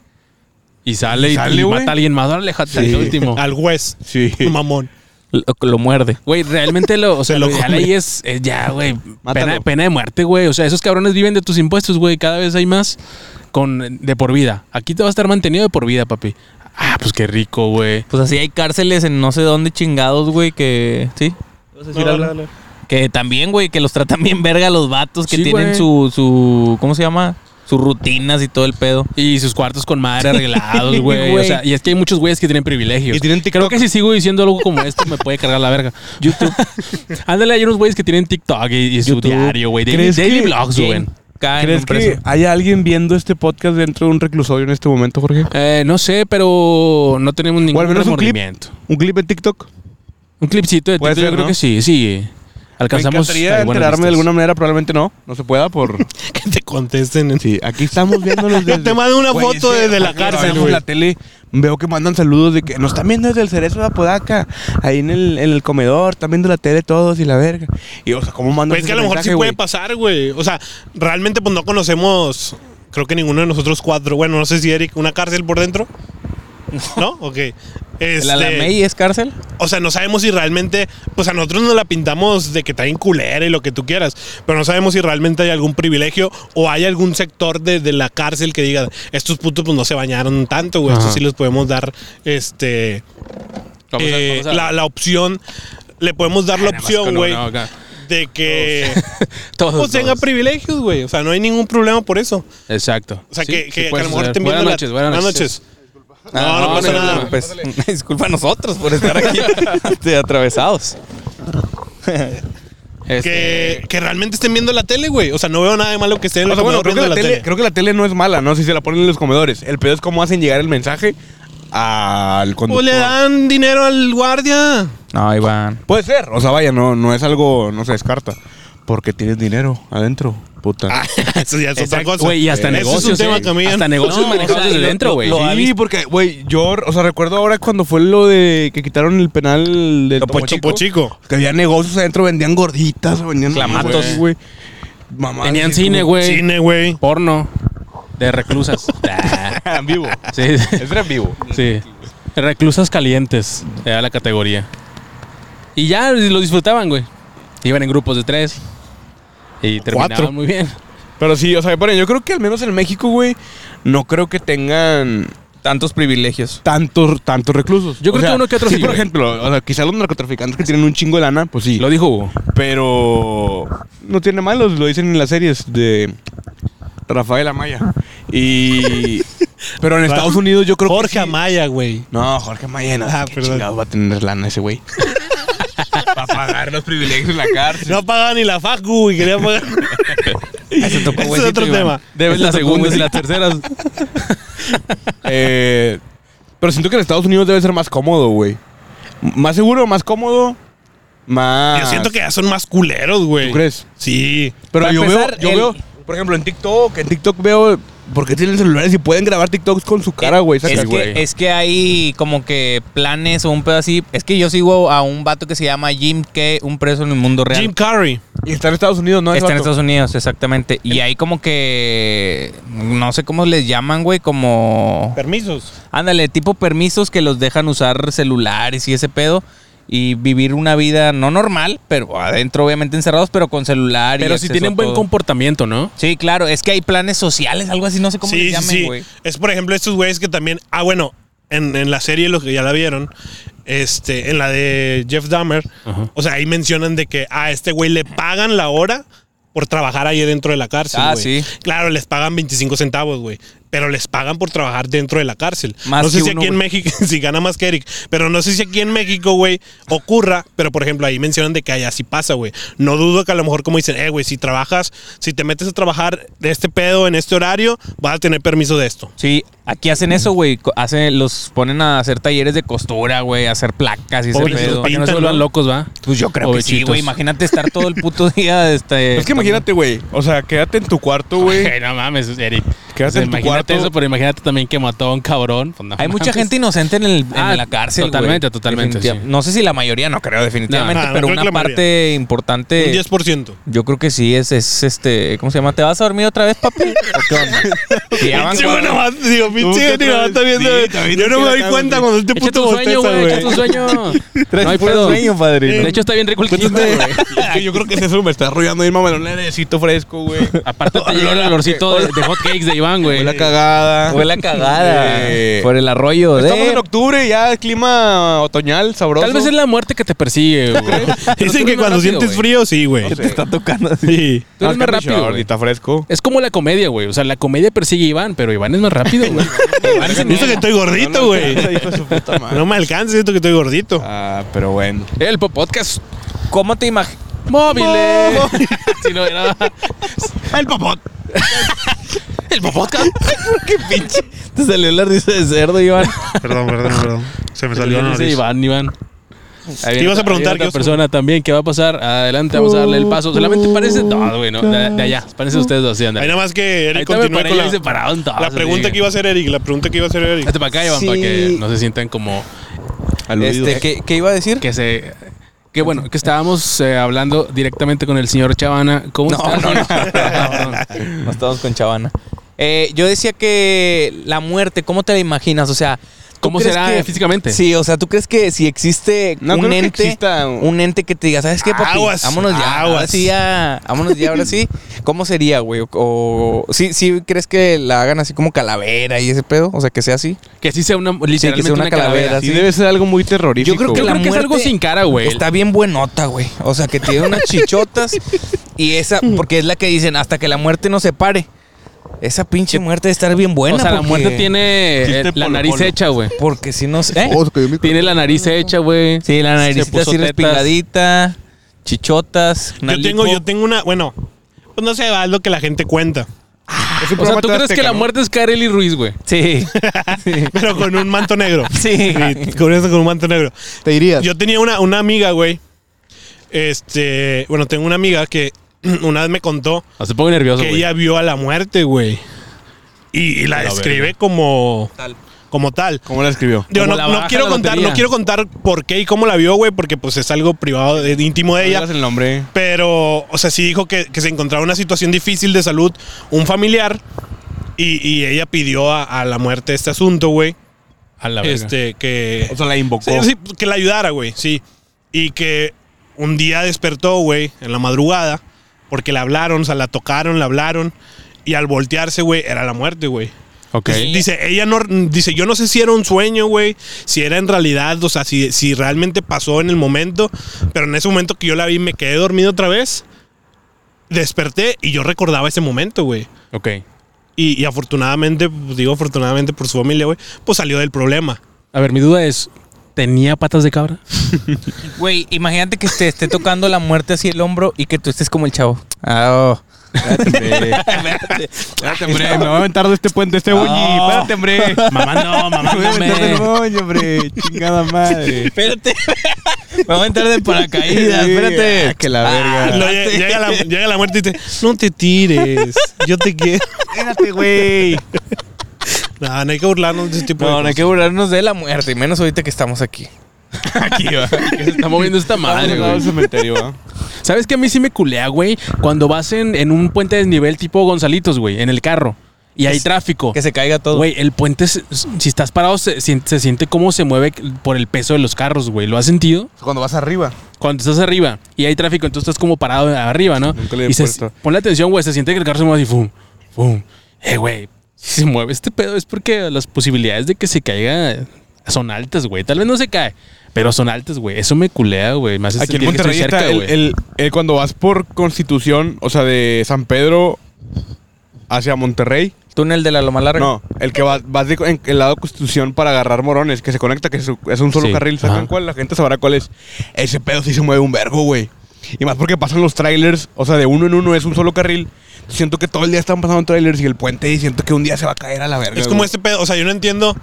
Speaker 1: Y sale y,
Speaker 3: Sale,
Speaker 1: y
Speaker 3: güey.
Speaker 1: mata a alguien más. Ahora hasta el
Speaker 3: Sí.
Speaker 1: último.
Speaker 2: Al West.
Speaker 3: Sí.
Speaker 2: Mamón.
Speaker 4: Lo, lo muerde.
Speaker 1: Güey, realmente lo, o
Speaker 2: Se
Speaker 1: sea,
Speaker 2: lo
Speaker 1: lo ideal
Speaker 2: come.
Speaker 1: ahí es, es ya, güey,
Speaker 3: Mátalo.
Speaker 1: pena, pena de muerte, güey. O sea, esos cabrones viven de tus impuestos, güey. Cada vez hay más con de por vida. Aquí te va a estar mantenido de por vida, papi. Ah, pues qué rico, güey.
Speaker 4: Pues así hay cárceles en no sé dónde chingados, güey, que... ¿Sí? ¿Vas a decir
Speaker 2: No,
Speaker 4: algo?
Speaker 2: dale, dale.
Speaker 4: Que también, güey, que los tratan bien verga los vatos, que
Speaker 1: Sí,
Speaker 4: tienen
Speaker 1: güey.
Speaker 4: su, su... ¿Cómo se llama? Sus rutinas y todo el pedo.
Speaker 1: Y sus cuartos con madre arreglados, güey. O
Speaker 4: güey.
Speaker 1: sea, y es que hay muchos güeyes que tienen privilegios.
Speaker 3: Y tienen
Speaker 1: Creo que si sigo diciendo algo como esto, me puede cargar la verga. YouTube. Ándale, hay unos güeyes que tienen TikTok y, y su
Speaker 4: YouTube.
Speaker 1: diario, güey. Daily,
Speaker 3: ¿Crees
Speaker 1: daily
Speaker 3: que-
Speaker 1: vlogs, güey.
Speaker 3: ¿Crees
Speaker 4: Caen Ah,
Speaker 3: que
Speaker 4: en preso.
Speaker 3: haya alguien viendo este podcast dentro de un reclusorio en este momento, Jorge?
Speaker 1: Eh, no sé, pero no tenemos
Speaker 3: O al
Speaker 1: ningún
Speaker 3: menos un clip.
Speaker 1: remordimiento.
Speaker 3: ¿Un clip en TikTok?
Speaker 1: Un clipcito de
Speaker 3: Puede
Speaker 1: TikTok, yo
Speaker 3: ser,
Speaker 1: creo
Speaker 3: ¿no?
Speaker 1: que sí, sí. Alcanzamos.
Speaker 3: Me encantaría
Speaker 1: algunas
Speaker 3: enterarme de
Speaker 1: vistas.
Speaker 3: alguna manera, probablemente no. No se pueda por...
Speaker 2: Que te contesten. en-
Speaker 3: Sí, aquí estamos viéndolos desde...
Speaker 2: Yo te mando una foto
Speaker 3: ese-
Speaker 2: desde la
Speaker 3: cuando
Speaker 2: cárcel,
Speaker 3: grabamos
Speaker 2: güey.
Speaker 3: la tele, veo que mandan saludos de que nos están viendo desde el Cerezo de Apodaca, ahí en el, en el comedor, están viendo la tele todos y la verga. Y, o sea, ¿cómo mandan
Speaker 2: Pues es que a lo mejor sí puede pasar, güey. O sea, realmente pues no conocemos, creo que ninguno de nosotros cuatro. Bueno, no sé si Eric, una cárcel por dentro. ¿No? Ok.
Speaker 4: ¿El
Speaker 2: Este,
Speaker 4: Alamey es cárcel?
Speaker 2: o sea, no sabemos si realmente, pues a nosotros nos la pintamos de que está bien culera y lo que tú quieras, pero no sabemos si realmente hay algún privilegio o hay algún sector de, de la cárcel que diga, estos putos pues no se bañaron tanto, güey, estos
Speaker 1: Ajá.
Speaker 2: sí les podemos dar, este,
Speaker 1: Vamos a-
Speaker 2: eh,
Speaker 1: vamos a- Ah,
Speaker 2: La, la opción, le podemos dar
Speaker 1: Nada
Speaker 2: la
Speaker 1: más con
Speaker 2: opción,
Speaker 1: uno,
Speaker 2: güey,
Speaker 1: acá.
Speaker 2: de que...
Speaker 1: Todos,
Speaker 2: pues tenga
Speaker 1: todos.
Speaker 2: privilegios, güey. O sea, no hay ningún problema por eso.
Speaker 1: Exacto.
Speaker 2: O sea,
Speaker 1: Sí,
Speaker 2: que,
Speaker 1: sí
Speaker 2: que, que a
Speaker 1: puedes
Speaker 2: lo mejor
Speaker 1: hacer.
Speaker 2: te
Speaker 1: Buenas
Speaker 2: enviando la-
Speaker 1: noches, buenas noches.
Speaker 2: No, no, pasa nada.
Speaker 4: Pues, disculpa a nosotros por estar aquí de atravesados.
Speaker 2: Que, que realmente estén viendo la tele, güey. O sea, no veo nada de malo que estén
Speaker 3: Ah, O
Speaker 2: los
Speaker 3: sea, bueno,
Speaker 2: comedores
Speaker 3: creo que,
Speaker 2: viendo
Speaker 3: la tele, creo que la tele no es mala, ¿no? Si se la ponen en los comedores. El pedo es cómo hacen llegar el mensaje al
Speaker 2: O
Speaker 3: conductor.
Speaker 2: Pues le dan dinero al guardia.
Speaker 4: No, Iván.
Speaker 3: Puede ser. O sea, vaya, no, no es algo, no se descarta. Porque tienes dinero adentro, puta.
Speaker 2: Ah, eso ya es otra
Speaker 1: Exacto,
Speaker 2: cosa.
Speaker 1: Güey, y hasta
Speaker 2: Ese
Speaker 1: negocios.
Speaker 2: Es un tema
Speaker 1: eh.
Speaker 2: que a mí-
Speaker 1: Hasta negocios
Speaker 4: No,
Speaker 1: manejados
Speaker 4: o sea,
Speaker 1: desde
Speaker 4: lo-
Speaker 1: dentro,
Speaker 4: lo-
Speaker 1: güey.
Speaker 4: lo ha
Speaker 3: sí,
Speaker 4: visto.
Speaker 3: porque, güey, yo, o sea, recuerdo ahora cuando fue lo de que quitaron el penal de
Speaker 2: Topo Chico. Chico.
Speaker 3: Que había negocios adentro, vendían gorditas, o vendían
Speaker 4: Clamatos.
Speaker 3: mamás así, güey. Mamás
Speaker 1: Tenían
Speaker 3: así,
Speaker 1: cine,
Speaker 3: como-
Speaker 1: güey.
Speaker 2: Cine, güey.
Speaker 1: Porno. De reclusas. Ah,
Speaker 3: En vivo.
Speaker 1: sí, sí,
Speaker 3: Eso era en vivo.
Speaker 1: sí. Reclusas calientes. Era la categoría. Y ya lo disfrutaban, güey. Iban en grupos de tres. Y terminaban
Speaker 2: Cuatro.
Speaker 1: muy bien.
Speaker 3: Pero sí, o sea, bueno, yo creo que al menos en México, güey, no creo que tengan
Speaker 4: Tantos privilegios.
Speaker 3: tantos, tantos reclusos.
Speaker 1: Yo creo que uno que otro
Speaker 3: sí.
Speaker 1: sí,
Speaker 3: por
Speaker 1: güey.
Speaker 3: ejemplo, o sea, quizás los narcotraficantes que tienen un chingo de lana, pues sí.
Speaker 1: Lo dijo Hugo.
Speaker 3: Pero no tiene malos, lo dicen en las series de Rafael Amaya. Y. Pero en Estados Unidos yo creo que.
Speaker 2: Jorge
Speaker 3: sí.
Speaker 2: Amaya, güey.
Speaker 3: No, Jorge Amaya, no.
Speaker 2: Ah,
Speaker 3: ¿Qué
Speaker 2: perdón.
Speaker 3: chingados va a tener lana ese güey. Para pagar los privilegios en la cárcel.
Speaker 2: No pagaba ni la FACU, güey. Quería pagar.
Speaker 4: Ese
Speaker 2: Ese
Speaker 4: tocó
Speaker 2: es
Speaker 4: huesito,
Speaker 2: otro
Speaker 4: Iván.
Speaker 2: tema.
Speaker 1: Debes las segundas y las terceras.
Speaker 3: Eh, pero siento que en Estados Unidos debe ser más cómodo, güey. M- Más seguro, más cómodo, más.
Speaker 4: Ah.
Speaker 2: Yo siento que ya son más culeros, güey.
Speaker 3: ¿Tú crees?
Speaker 2: Sí.
Speaker 3: Pero
Speaker 4: Para
Speaker 3: yo, veo,
Speaker 4: empezar,
Speaker 3: yo
Speaker 4: el-
Speaker 3: veo, por ejemplo, en TikTok, en TikTok veo. ¿Por qué tienen celulares y pueden grabar TikToks con su cara, güey? Saca,
Speaker 4: Es
Speaker 3: güey.
Speaker 4: que, es que hay como que planes o un pedo así. Es que yo sigo a un vato que se llama Jim K, un preso en el mundo real.
Speaker 2: Jim Carrey.
Speaker 3: Y está en Estados Unidos, ¿no? ese
Speaker 4: Está en
Speaker 3: vato?
Speaker 4: Estados Unidos, exactamente. Y hay como que. No sé cómo les llaman, güey. Como.
Speaker 2: Permisos.
Speaker 4: Ándale, tipo permisos que los dejan usar celulares y ese pedo. Y vivir una vida no normal, pero adentro, obviamente encerrados, pero con celular. y
Speaker 1: Pero si
Speaker 4: acceso
Speaker 1: tienen
Speaker 4: a
Speaker 1: buen
Speaker 4: todo.
Speaker 1: comportamiento, ¿no?
Speaker 4: Sí, claro, es que hay planes sociales, algo así, no sé cómo les llaman, güey.
Speaker 2: Es por ejemplo estos güeyes que también. Ah, bueno, en, en la serie, los que ya la vieron, este, en la de Jeff Dahmer,
Speaker 1: Ajá.
Speaker 2: o sea, ahí mencionan de que a este güey le pagan la hora por trabajar ahí dentro de la cárcel.
Speaker 4: Ah,
Speaker 2: güey.
Speaker 4: sí.
Speaker 2: Claro, les pagan 25 centavos, güey. pero les pagan por trabajar dentro de la cárcel.
Speaker 4: Más
Speaker 2: no sé
Speaker 4: que
Speaker 2: si
Speaker 4: uno,
Speaker 2: aquí en
Speaker 4: güey.
Speaker 2: México, si gana más que Eric, pero no sé si aquí en México, güey, ocurra, pero por ejemplo ahí mencionan de que allá sí pasa, güey. No dudo que a lo mejor como dicen, eh, güey, si trabajas, si te metes a trabajar de este pedo en este horario, vas a tener permiso de esto.
Speaker 4: Sí, aquí hacen eso, güey. Co- hacen- Los ponen a hacer talleres de costura, güey, a hacer placas y ese
Speaker 2: Pobrecitos,
Speaker 4: pedo.
Speaker 1: Para que no se
Speaker 2: Pintan,
Speaker 1: vuelvan
Speaker 2: ¿no?
Speaker 1: locos, ¿va?
Speaker 4: Pues yo creo que sí,
Speaker 1: Pobrecitos.
Speaker 4: güey. Imagínate estar todo el puto día. Este,
Speaker 3: Es que imagínate, güey. O sea, quédate en tu cuarto, güey.
Speaker 1: Güey, no mames, Eric.
Speaker 3: ¿Qué haces en tu
Speaker 1: imagínate
Speaker 3: cuarto?
Speaker 1: eso, pero imagínate también que mató a un cabrón. Pues no
Speaker 4: Hay mucha
Speaker 1: mames.
Speaker 4: gente inocente en, el- en
Speaker 1: Ah,
Speaker 4: la cárcel. güey.
Speaker 1: totalmente, totalmente,
Speaker 4: Definitiva-
Speaker 1: sí.
Speaker 4: No sé si la mayoría, no creo, definitivamente,
Speaker 2: No, no,
Speaker 4: pero
Speaker 2: creo que
Speaker 4: una
Speaker 2: la
Speaker 4: parte
Speaker 2: mayoría.
Speaker 4: importante.
Speaker 2: Un 10%.
Speaker 4: Yo creo que sí, es, es este. ¿Cómo se llama? ¿Te vas a dormir otra vez, papi? ¿O qué onda? Sí, ya van
Speaker 2: Pinche bueno,
Speaker 4: cuatro-
Speaker 2: más, digo, pinche
Speaker 3: otra
Speaker 2: bueno,
Speaker 3: vez?
Speaker 2: está viendo.
Speaker 3: Sí, también
Speaker 2: Yo no me
Speaker 3: tiene
Speaker 2: doy
Speaker 3: cara,
Speaker 2: cuenta
Speaker 3: güey.
Speaker 2: cuando el
Speaker 1: Echa
Speaker 2: tipo
Speaker 1: tu sueño,
Speaker 2: bosteza,
Speaker 1: güey. Echa tu
Speaker 2: güey.
Speaker 1: sueño.
Speaker 3: Traes
Speaker 1: no hay
Speaker 3: puro
Speaker 1: pedo.
Speaker 3: sueño, padrino.
Speaker 1: De hecho, está bien rico
Speaker 3: Pues
Speaker 1: el quinto, güey.
Speaker 3: Es que yo creo que es eso, me está arrollando ahí mamalonecito fresco, güey.
Speaker 1: Aparte te llega el olorcito de, de hot cakes de Iván, güey.
Speaker 3: La cagada.
Speaker 4: Fue la cagada.
Speaker 3: Eh,
Speaker 4: Por el arroyo de.
Speaker 3: Estamos en octubre, ya el clima otoñal, sabroso.
Speaker 1: Tal vez es la muerte que te persigue, güey. Pero tú
Speaker 2: Dicen que
Speaker 1: eres más
Speaker 2: cuando
Speaker 1: rápido,
Speaker 2: sientes
Speaker 1: güey.
Speaker 2: frío, sí, güey.
Speaker 3: No sé.
Speaker 4: Está tocando así.
Speaker 2: Sí.
Speaker 1: Tú eres más rápido, güey.
Speaker 3: Ahorita fresco.
Speaker 1: Es como la comedia, güey. O sea, la comedia persigue a Iván, pero Iván es más rápido, güey. Iván es-
Speaker 2: Siento que estoy gordito, güey. No me alcanza, siento que estoy gordito.
Speaker 3: Ah, pero bueno.
Speaker 1: El po- podcast
Speaker 4: ¿Cómo te imaginas?
Speaker 1: móviles. si no era
Speaker 3: El popot.
Speaker 1: el po- podcast.
Speaker 4: ¡Qué pinche! Te salió la risa de cerdo, Iván.
Speaker 2: Perdón, perdón, perdón. Se me
Speaker 1: Iván dice Iván, Iván. Ahí viene
Speaker 2: ibas a
Speaker 1: otra- ahí
Speaker 2: preguntar,
Speaker 1: viene
Speaker 2: ¿qué
Speaker 1: otra
Speaker 2: oso?
Speaker 1: persona también que va a pasar. Adelante, vamos a darle el paso. Solamente parece no, güey, no, de, de allá. Parece ustedes dos, sí,
Speaker 2: Ahí
Speaker 1: ándale.
Speaker 2: nada más que Eric
Speaker 1: Ahorita me
Speaker 2: continúe
Speaker 1: paré
Speaker 2: con
Speaker 1: yo
Speaker 2: la,
Speaker 1: y se pararon todos, Este
Speaker 2: la pregunta
Speaker 1: así.
Speaker 2: que iba a hacer Eric, la pregunta que iba a hacer Eric.
Speaker 1: Hazte para acá, Iván,
Speaker 4: Sí.
Speaker 1: para que no se sientan como
Speaker 4: Este, ¿qué, qué iba a decir?
Speaker 1: que se que bueno, que estábamos eh, hablando directamente con el señor Chavana. ¿Cómo está?
Speaker 4: No, no, no. No estamos con Chavana. Eh, yo decía que la muerte, ¿cómo te la imaginas? O sea, ¿tú
Speaker 1: ¿Cómo
Speaker 4: crees
Speaker 1: será
Speaker 4: que-
Speaker 1: físicamente?
Speaker 4: Sí, o sea, ¿tú crees que si existe
Speaker 3: No
Speaker 4: un
Speaker 3: creo que
Speaker 4: ente,
Speaker 3: exista un-
Speaker 4: un ente que te diga, ¿sabes qué, papi?
Speaker 2: Aguas,
Speaker 4: vámonos ya, ahora
Speaker 2: aguas.
Speaker 4: sí ya, vámonos ya, ahora sí. ¿Cómo sería, güey? O, o- sí, sí, ¿crees que la hagan así como calavera y ese pedo? O sea, que sea así.
Speaker 1: Que sí sea una literalmente
Speaker 4: una
Speaker 1: una, calavera.
Speaker 4: calavera,
Speaker 3: Sí,
Speaker 4: sí.
Speaker 3: debe ser algo muy terrorífico.
Speaker 4: Yo creo que
Speaker 1: Yo
Speaker 4: la
Speaker 1: creo que es algo
Speaker 4: muerte
Speaker 1: sin cara, güey.
Speaker 4: Está bien buenota, güey. O sea, que tiene unas chichotas y esa, porque es la que dicen, hasta que la muerte nos separe. Esa pinche muerte de estar bien buena.
Speaker 1: o sea, la
Speaker 4: porque-
Speaker 1: muerte tiene eh,
Speaker 3: Chiste
Speaker 1: la
Speaker 3: polo,
Speaker 1: nariz
Speaker 3: polo.
Speaker 1: hecha, güey.
Speaker 4: Porque si no sé.
Speaker 1: Tiene la nariz hecha, güey.
Speaker 4: Sí, la
Speaker 1: Se
Speaker 4: naricita
Speaker 1: puso
Speaker 4: así
Speaker 1: tetas.
Speaker 4: respingadita, chichotas.
Speaker 2: yo tengo, yo tengo una, bueno, pues no sé, es lo que la gente cuenta,
Speaker 1: O sea, ¿tú crees que la muerte es Kareli Ruiz, güey?
Speaker 4: Sí. sí.
Speaker 2: pero con un manto negro.
Speaker 4: Sí.
Speaker 2: Y con eso, con un manto negro.
Speaker 5: Te dirías.
Speaker 2: Yo tenía una, una amiga, güey. Este, bueno, tengo una amiga que una vez me contó
Speaker 1: No se pongo nervioso,
Speaker 2: que
Speaker 1: güey.
Speaker 2: ella vio a la muerte, güey. Y, y la
Speaker 1: La
Speaker 2: describe como
Speaker 4: Tal.
Speaker 2: como tal.
Speaker 3: ¿Cómo la escribió?
Speaker 2: Digo,
Speaker 1: Como
Speaker 2: no,
Speaker 1: la
Speaker 2: no
Speaker 1: baraja
Speaker 2: quiero
Speaker 1: de la
Speaker 2: contar,
Speaker 1: lotería.
Speaker 2: no quiero contar por qué y cómo la vio, güey, porque pues es algo privado, eh, íntimo de
Speaker 3: No
Speaker 2: ella.
Speaker 3: digas el nombre.
Speaker 2: Pero, o sea, sí dijo que, que se encontraba en una situación difícil de salud, un familiar, y, y ella pidió a, a la muerte este asunto, güey.
Speaker 1: A la verga.
Speaker 2: Este, que.
Speaker 3: O sea, la invocó.
Speaker 2: Sí, sí, que la ayudara, güey, sí. Y que un día despertó, güey, en la madrugada, porque la hablaron, o sea, la tocaron, la hablaron, y al voltearse, güey, era la muerte, güey.
Speaker 1: ok.
Speaker 2: Pues, Dice, ella no, dice, yo no sé si era un sueño, güey, si era en realidad, o sea, si, si realmente pasó en el momento, pero en ese momento que yo la vi me quedé dormido otra vez, desperté y yo recordaba ese momento, güey.
Speaker 1: Ok.
Speaker 2: Y, y afortunadamente, pues, digo afortunadamente por su familia, güey, pues salió del problema.
Speaker 1: A ver, mi duda es, ¿tenía patas de cabra?
Speaker 4: Güey, imagínate que te esté tocando la muerte así el hombro y que tú estés como el chavo. Ah,
Speaker 3: Espérate, hombre. Me va a aventar de este puente este uñi.
Speaker 4: Ah.
Speaker 1: No.
Speaker 3: Espérate, hombre.
Speaker 1: Mamá no, mamá
Speaker 3: Me voy a aventar del moño, hombre. Chingada madre.
Speaker 4: Espérate. Vamos a entrar de paracaídas.
Speaker 3: Sí,
Speaker 4: Espérate.
Speaker 3: ah, que la verga.
Speaker 2: Lo- lle- llega, la, llega la muerte y dice, no te tires, yo te quiero.
Speaker 3: Espérate, güey.
Speaker 2: No, no hay que burlarnos de ese tipo
Speaker 4: No, no
Speaker 2: de
Speaker 4: hay que
Speaker 2: cosas.
Speaker 4: burlarnos de la muerte, y menos ahorita que estamos aquí.
Speaker 3: Aquí va.
Speaker 1: Se está moviendo esta madre,
Speaker 3: Vamos al
Speaker 1: güey.
Speaker 3: cementerio, ¿ah?
Speaker 1: ¿Sabes que a mí sí me culea, güey? Cuando vas en, en un puente de desnivel tipo Gonzalitos, güey, en el carro. Y hay tráfico.
Speaker 4: Que se caiga todo.
Speaker 1: Güey, el puente, se- si estás parado, se, sien- se siente cómo se mueve por el peso de los carros, güey. ¿Lo has sentido?
Speaker 5: Cuando vas arriba.
Speaker 1: Cuando estás arriba y hay tráfico, entonces estás como parado arriba, ¿no?
Speaker 3: Nunca le he
Speaker 1: y se,
Speaker 3: puesto.
Speaker 1: ponle atención, güey, se siente que el carro se mueve así, ¡fum! ¡fum! Eh, güey, si se mueve este pedo es porque las posibilidades de que se caiga son altas, güey. Tal vez no se cae, pero son altas, güey. Eso me culea, güey. Me hace
Speaker 3: Aquí en
Speaker 1: sentir que estoy
Speaker 3: Monterrey está
Speaker 1: cerca,
Speaker 3: el,
Speaker 1: güey.
Speaker 3: el- el- cuando vas por Constitución, o sea, de San Pedro hacia Monterrey,
Speaker 4: Túnel de la Loma Larga.
Speaker 3: No, el que va, vas de- en el lado de Constitución para agarrar morones, que se conecta, que es, un- es un solo
Speaker 1: Sí,
Speaker 3: carril. ¿Saben
Speaker 1: ajá.
Speaker 3: cuál? La gente sabrá cuál es. Ese pedo sí se mueve un verbo, güey. Y más porque pasan los trailers, o sea, de uno en uno es un solo carril. Siento que todo el día están pasando trailers y el puente y siento que un día se va a caer a la verga.
Speaker 2: Es como
Speaker 3: güey.
Speaker 2: este pedo, o sea, yo no entiendo.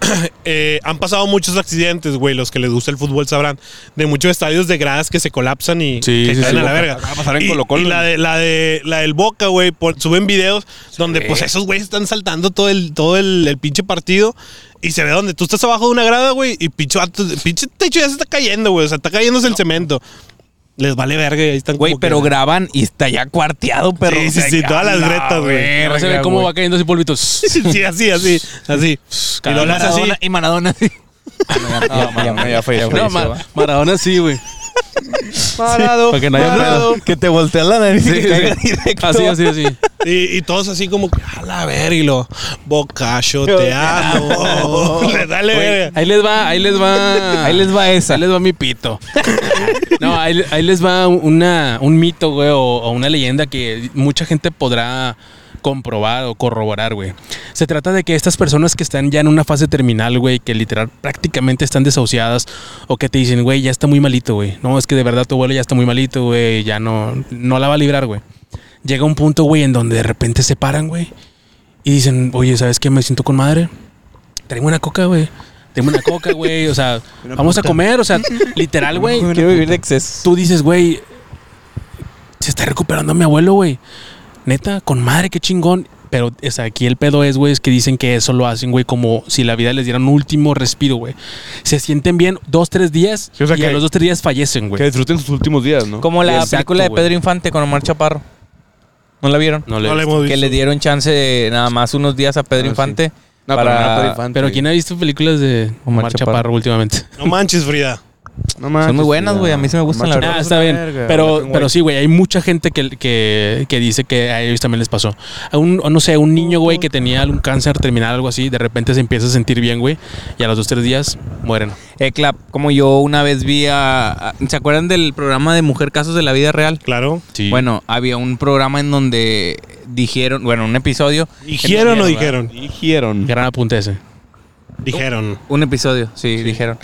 Speaker 2: eh, han pasado muchos accidentes, güey. Los que les gusta el fútbol sabrán. De muchos estadios de gradas que se colapsan y
Speaker 1: Sí,
Speaker 2: que
Speaker 1: sí,
Speaker 2: caen
Speaker 1: sí,
Speaker 2: a la
Speaker 1: Boca.
Speaker 2: verga.
Speaker 3: Acaba de pasar en
Speaker 2: y,
Speaker 3: Colo-Colo.
Speaker 2: y la, de, la, de, la del Boca, güey. por- Suben videos donde pues esos güeyes están saltando todo el, todo el, el pinche partido. Y se ve donde tú estás abajo de una grada, güey. Y pinche, vato- pinche techo ya se está cayendo, güey. O sea, está cayéndose el cemento. Les vale verga y ahí están
Speaker 4: Güey,
Speaker 2: como que-
Speaker 4: pero graban y está ya cuarteado, perro.
Speaker 2: Sí, sí, sí, todas las gretas, güey.
Speaker 1: Ahora se ve cómo va cayendo así polvitos.
Speaker 2: Sí, así, así, así. Y lo lanzas así.
Speaker 4: Y Maradona, sí.
Speaker 3: Ya- ya- ya falleció.
Speaker 1: No, Ma- Maradona sí, güey.
Speaker 4: Parado,
Speaker 1: para que no haya
Speaker 4: parado. Que te voltea la nariz y que caiga directo.
Speaker 1: Así, así, así.
Speaker 2: Y, y todos así como que, a la ver, y lo, bocacho, te amo. Le dale, verga.
Speaker 1: Ahí les va, ahí les va.
Speaker 4: Ahí les va esa.
Speaker 1: Ahí les va mi pito. No, ahí, ahí les va una, un mito, güey, o, o una leyenda que mucha gente podrá comprobar o corroborar, güey. Se trata de que estas personas que están ya en una fase terminal, güey, que literal prácticamente están desahuciadas o que te dicen, güey, ya está muy malito, güey. No, es que de verdad tu abuelo ya está muy malito, güey, ya no, no la va a librar, güey. Llega un punto, güey, en donde de repente se paran, güey, y dicen, oye, ¿sabes qué? Me siento con madre. Traigo una coca, güey. Tengo una coca, güey. O sea, vamos a comer. O sea, literal, güey.
Speaker 4: Quiero vivir de exceso.
Speaker 1: Tú dices, güey, se está recuperando mi abuelo, güey. Neta, con madre, qué chingón. Pero o sea, aquí el pedo es, güey, es que dicen que eso lo hacen, güey, como si la vida les diera un último respiro, güey. Se sienten bien dos, tres días
Speaker 3: Sí, o sea
Speaker 1: y
Speaker 3: que-
Speaker 1: a los dos, tres días fallecen,
Speaker 3: Que
Speaker 1: güey.
Speaker 3: disfruten sus últimos días, ¿no?
Speaker 4: Como la
Speaker 1: Exacto,
Speaker 4: película de
Speaker 1: güey.
Speaker 4: Pedro Infante con Omar Chaparro. ¿No la vieron?
Speaker 1: No
Speaker 2: No le
Speaker 1: le...
Speaker 2: hemos
Speaker 4: Que
Speaker 2: visto.
Speaker 4: le dieron chance de nada más unos días a Pedro
Speaker 3: Ah, sí.
Speaker 4: Infante.
Speaker 3: No,
Speaker 4: para...
Speaker 3: pero no, Pedro Infante.
Speaker 1: Pero ¿quién ha visto películas de
Speaker 4: Omar
Speaker 1: Omar,
Speaker 4: Chaparro.
Speaker 1: Chaparro. últimamente?
Speaker 2: No manches, Frida.
Speaker 3: No manches,
Speaker 4: Son muy buenas, güey, a mí sí me gustan, la
Speaker 3: Macho,
Speaker 4: verdad.
Speaker 1: Ah,
Speaker 3: es
Speaker 1: está
Speaker 3: una
Speaker 1: bien.
Speaker 3: verga, güey,
Speaker 1: pero,
Speaker 3: tengo
Speaker 1: pero
Speaker 3: ahí.
Speaker 1: sí, güey, hay mucha gente que, que, que dice que a ellos también les pasó. A un, no sé, un niño, güey, que tenía algún cáncer terminal, algo así, de repente se empieza a sentir bien, güey, y a los dos, tres días mueren.
Speaker 4: Eh, clap, como yo una vez vi a, a- ¿Se acuerdan del programa de Mujer Casos de la Vida Real?
Speaker 2: Claro.
Speaker 1: Sí.
Speaker 4: Bueno, había un programa en donde dijeron, bueno, un episodio.
Speaker 2: ¿Dijeron o
Speaker 4: ¿verdad?
Speaker 2: dijeron?
Speaker 3: Dijeron.
Speaker 1: gran apunte ese.
Speaker 2: Dijeron.
Speaker 4: Un episodio, sí, dijeron.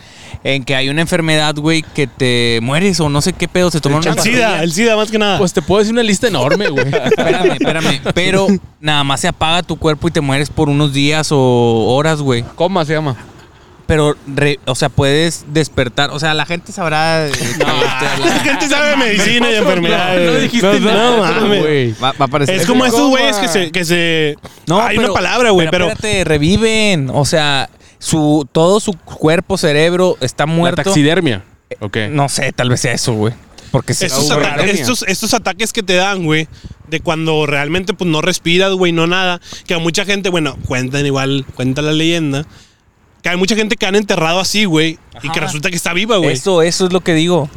Speaker 4: En que hay una enfermedad, güey, que te mueres o no sé qué pedo, se tomaron una
Speaker 2: El SIDA,
Speaker 4: pastilla.
Speaker 2: el SIDA más que nada.
Speaker 1: Pues te puedo decir una lista enorme, güey.
Speaker 4: Espérame, espérame. Pero nada más se apaga tu cuerpo y te mueres por unos días o horas, güey.
Speaker 3: Coma se llama.
Speaker 4: Pero, re- o sea, puedes despertar. O sea, la gente sabrá. de qué estoy
Speaker 2: la
Speaker 4: hablando.
Speaker 2: gente sabe de medicina y de enfermedades. Pues,
Speaker 3: No, no dijiste
Speaker 2: No, mames.
Speaker 4: Va, va a aparecer.
Speaker 2: Es como
Speaker 3: Es
Speaker 2: estos
Speaker 3: coma.
Speaker 2: güeyes que se, que se.
Speaker 4: No,
Speaker 2: hay
Speaker 4: pero-
Speaker 2: una palabra, güey, pero.
Speaker 4: Espérate, reviven. O sea, su, todo su cuerpo, cerebro está
Speaker 1: La
Speaker 4: muerto.
Speaker 1: taxidermia. Ok.
Speaker 4: No sé, tal vez sea eso, güey. Porque se
Speaker 2: Estos,
Speaker 3: Una
Speaker 2: ata-
Speaker 3: urgencia.
Speaker 2: estos, estos ataques que te dan, güey, de cuando realmente pues, no respiras, güey, no nada, que a mucha gente, bueno, cuentan igual, cuenta la leyenda, que hay mucha gente que han enterrado así, güey, y que
Speaker 4: Ajá.
Speaker 2: resulta que está viva, güey.
Speaker 4: Eso, eso es lo que digo.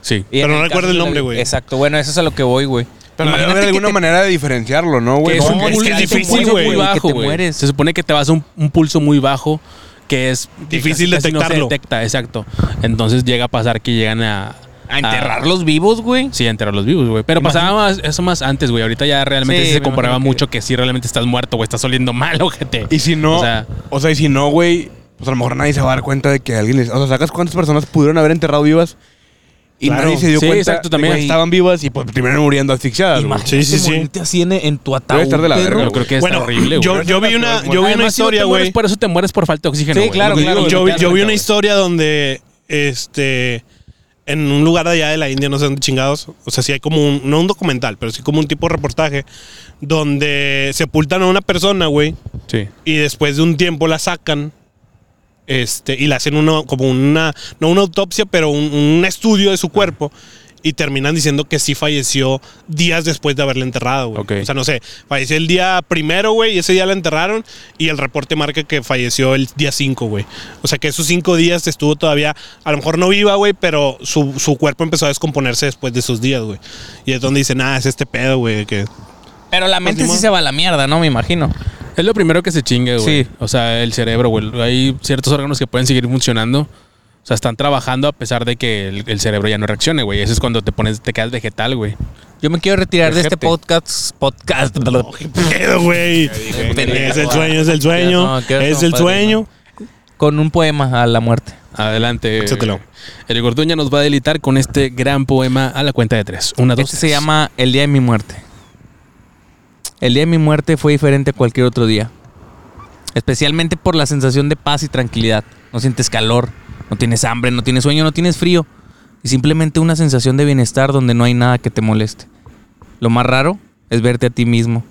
Speaker 1: Sí.
Speaker 4: Y
Speaker 2: Pero
Speaker 4: en
Speaker 2: no
Speaker 4: caso
Speaker 2: recuerdo el
Speaker 4: de la-
Speaker 2: nombre, güey.
Speaker 4: Exacto, bueno, eso es a lo que voy, güey.
Speaker 3: Pero debe
Speaker 4: Imagínate
Speaker 3: haber
Speaker 4: que
Speaker 3: alguna
Speaker 4: te-
Speaker 3: manera de diferenciarlo, ¿no, güey?
Speaker 1: Que es
Speaker 2: no,
Speaker 1: un
Speaker 2: es que
Speaker 1: pulso,
Speaker 2: es
Speaker 1: es un
Speaker 2: difícil,
Speaker 1: pulso
Speaker 2: güey,
Speaker 1: muy
Speaker 2: que
Speaker 4: te
Speaker 1: bajo, güey.
Speaker 4: mueres.
Speaker 1: Se supone que te vas a un, un pulso muy bajo que es que
Speaker 2: Difícil
Speaker 1: casi- casi
Speaker 2: detectarlo.
Speaker 1: No se detecta, exacto. Entonces llega a pasar que llegan a
Speaker 2: Ah.
Speaker 4: A enterrarlos vivos, güey.
Speaker 1: Sí, entre los vivos, güey. Pero
Speaker 4: Imagínate.
Speaker 1: pasaba más- eso más antes, güey. Ahorita ya realmente
Speaker 4: Sí,
Speaker 1: sí
Speaker 4: me
Speaker 1: se comparaba
Speaker 4: imagino que-
Speaker 1: mucho que sí realmente estás muerto, güey. Estás oliendo mal, ojete.
Speaker 3: Y si no,
Speaker 1: O sea,
Speaker 3: y si no, güey, pues a lo mejor nadie se va a dar cuenta de que alguien les. O sea, sacas cuántas personas pudieron haber enterrado vivas y
Speaker 2: Claro.
Speaker 3: nadie se dio
Speaker 1: Sí,
Speaker 3: cuenta
Speaker 1: exacto,
Speaker 3: de
Speaker 1: también.
Speaker 3: que estaban vivas y pues primero muriendo asfixiadas. güey.
Speaker 4: Imagínate
Speaker 2: Sí, sí, sí.
Speaker 4: morirte así en, en tu ataúd.
Speaker 3: Debe estar de la
Speaker 4: perro.
Speaker 3: verga,
Speaker 1: yo creo que es
Speaker 2: bueno,
Speaker 1: horrible, güey.
Speaker 2: yo, yo vi una, yo vi una
Speaker 1: Además, si no te
Speaker 2: historia,
Speaker 1: mueres
Speaker 2: güey.
Speaker 1: por eso te mueres por falta de oxígeno,
Speaker 4: Sí,
Speaker 1: güey.
Speaker 4: claro,
Speaker 1: Lo que
Speaker 4: claro,
Speaker 1: digo,
Speaker 2: yo,
Speaker 1: no
Speaker 2: vi-
Speaker 1: te das
Speaker 2: yo vi
Speaker 1: cuenta,
Speaker 2: una
Speaker 1: güey.
Speaker 2: historia donde este en un lugar allá de la India, no sé dónde chingados, o sea, sí hay como un, no un documental, pero sí como un tipo de reportaje donde sepultan a una persona, güey,
Speaker 1: Sí.
Speaker 2: y después de un tiempo la sacan este y le hacen una como una no una autopsia pero un, un estudio de su cuerpo y terminan diciendo que sí falleció días después de haberla enterrado, güey.
Speaker 1: Ok.
Speaker 2: O sea, no sé, falleció el día primero, güey, y ese día la enterraron y el reporte marca que falleció el día 5, güey. O sea, que esos cinco días estuvo todavía, a lo mejor no viva, güey, pero su, su cuerpo empezó a descomponerse después de esos días, güey. Y es donde dicen, ah, es este pedo, güey, que...
Speaker 4: Pero la mente sí
Speaker 2: modo.
Speaker 4: se va a la mierda, ¿no? Me imagino.
Speaker 1: Es lo primero que se chingue, güey.
Speaker 4: Sí.
Speaker 1: O sea, el cerebro, güey. Hay ciertos órganos que pueden seguir funcionando. O sea, están trabajando a pesar de que el, el cerebro ya no reaccione, güey. Eso es cuando te pones, te quedas vegetal, güey.
Speaker 4: Yo me quiero retirar de este
Speaker 3: Ojete.
Speaker 4: podcast. Podcast.
Speaker 2: Pero, güey. Es el sueño, es el sueño.
Speaker 4: No, quédate,
Speaker 2: es el
Speaker 4: compadre,
Speaker 2: sueño.
Speaker 4: Con un poema a la muerte.
Speaker 1: Adelante.
Speaker 2: Échatelo.
Speaker 1: El Gorduña nos va a delitar con este gran poema a la cuenta de tres. Una, dos,
Speaker 4: Este se
Speaker 1: tres.
Speaker 4: llama El día de mi muerte. El día de mi muerte fue diferente a cualquier otro día. Especialmente por la sensación de paz y tranquilidad. No sientes calor, no tienes hambre, no tienes sueño, no tienes frío. Y simplemente una sensación de bienestar donde no hay nada que te moleste. Lo más raro es verte a ti mismo.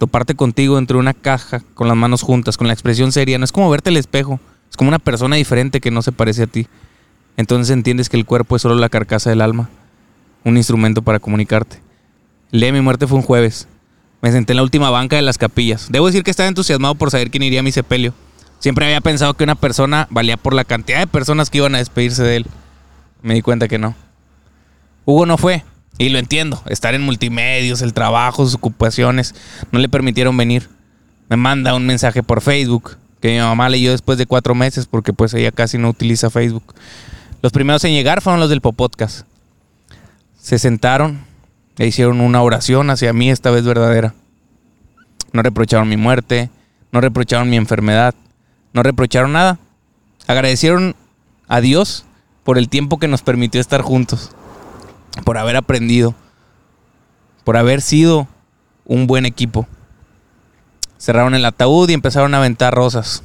Speaker 4: Toparte contigo entre una caja, con las manos juntas, con la expresión seria. No es como verte al espejo. Es como una persona diferente que no se parece a ti. Entonces entiendes que el cuerpo es solo la carcasa del alma un instrumento para comunicarte. El día de mi muerte fue un jueves. Me senté en la última banca de las capillas. Debo decir que estaba entusiasmado por saber quién iría a mi sepelio. Siempre había pensado que una persona valía por la cantidad de personas que iban a despedirse de él. Me di cuenta que no. Hugo no fue, y lo entiendo. Estar en multimedios, el trabajo, sus ocupaciones, no le permitieron venir. Me manda un mensaje por Facebook que mi mamá leyó después de cuatro meses porque pues ella casi no utiliza Facebook. Los primeros en llegar fueron los del Popodcast. Se sentaron e hicieron una oración hacia mí, esta vez verdadera. No reprocharon mi muerte, no reprocharon mi enfermedad, no reprocharon nada. Agradecieron a Dios por el tiempo que nos permitió estar juntos, por haber aprendido, por haber sido un buen equipo. Cerraron el ataúd y empezaron a aventar rosas.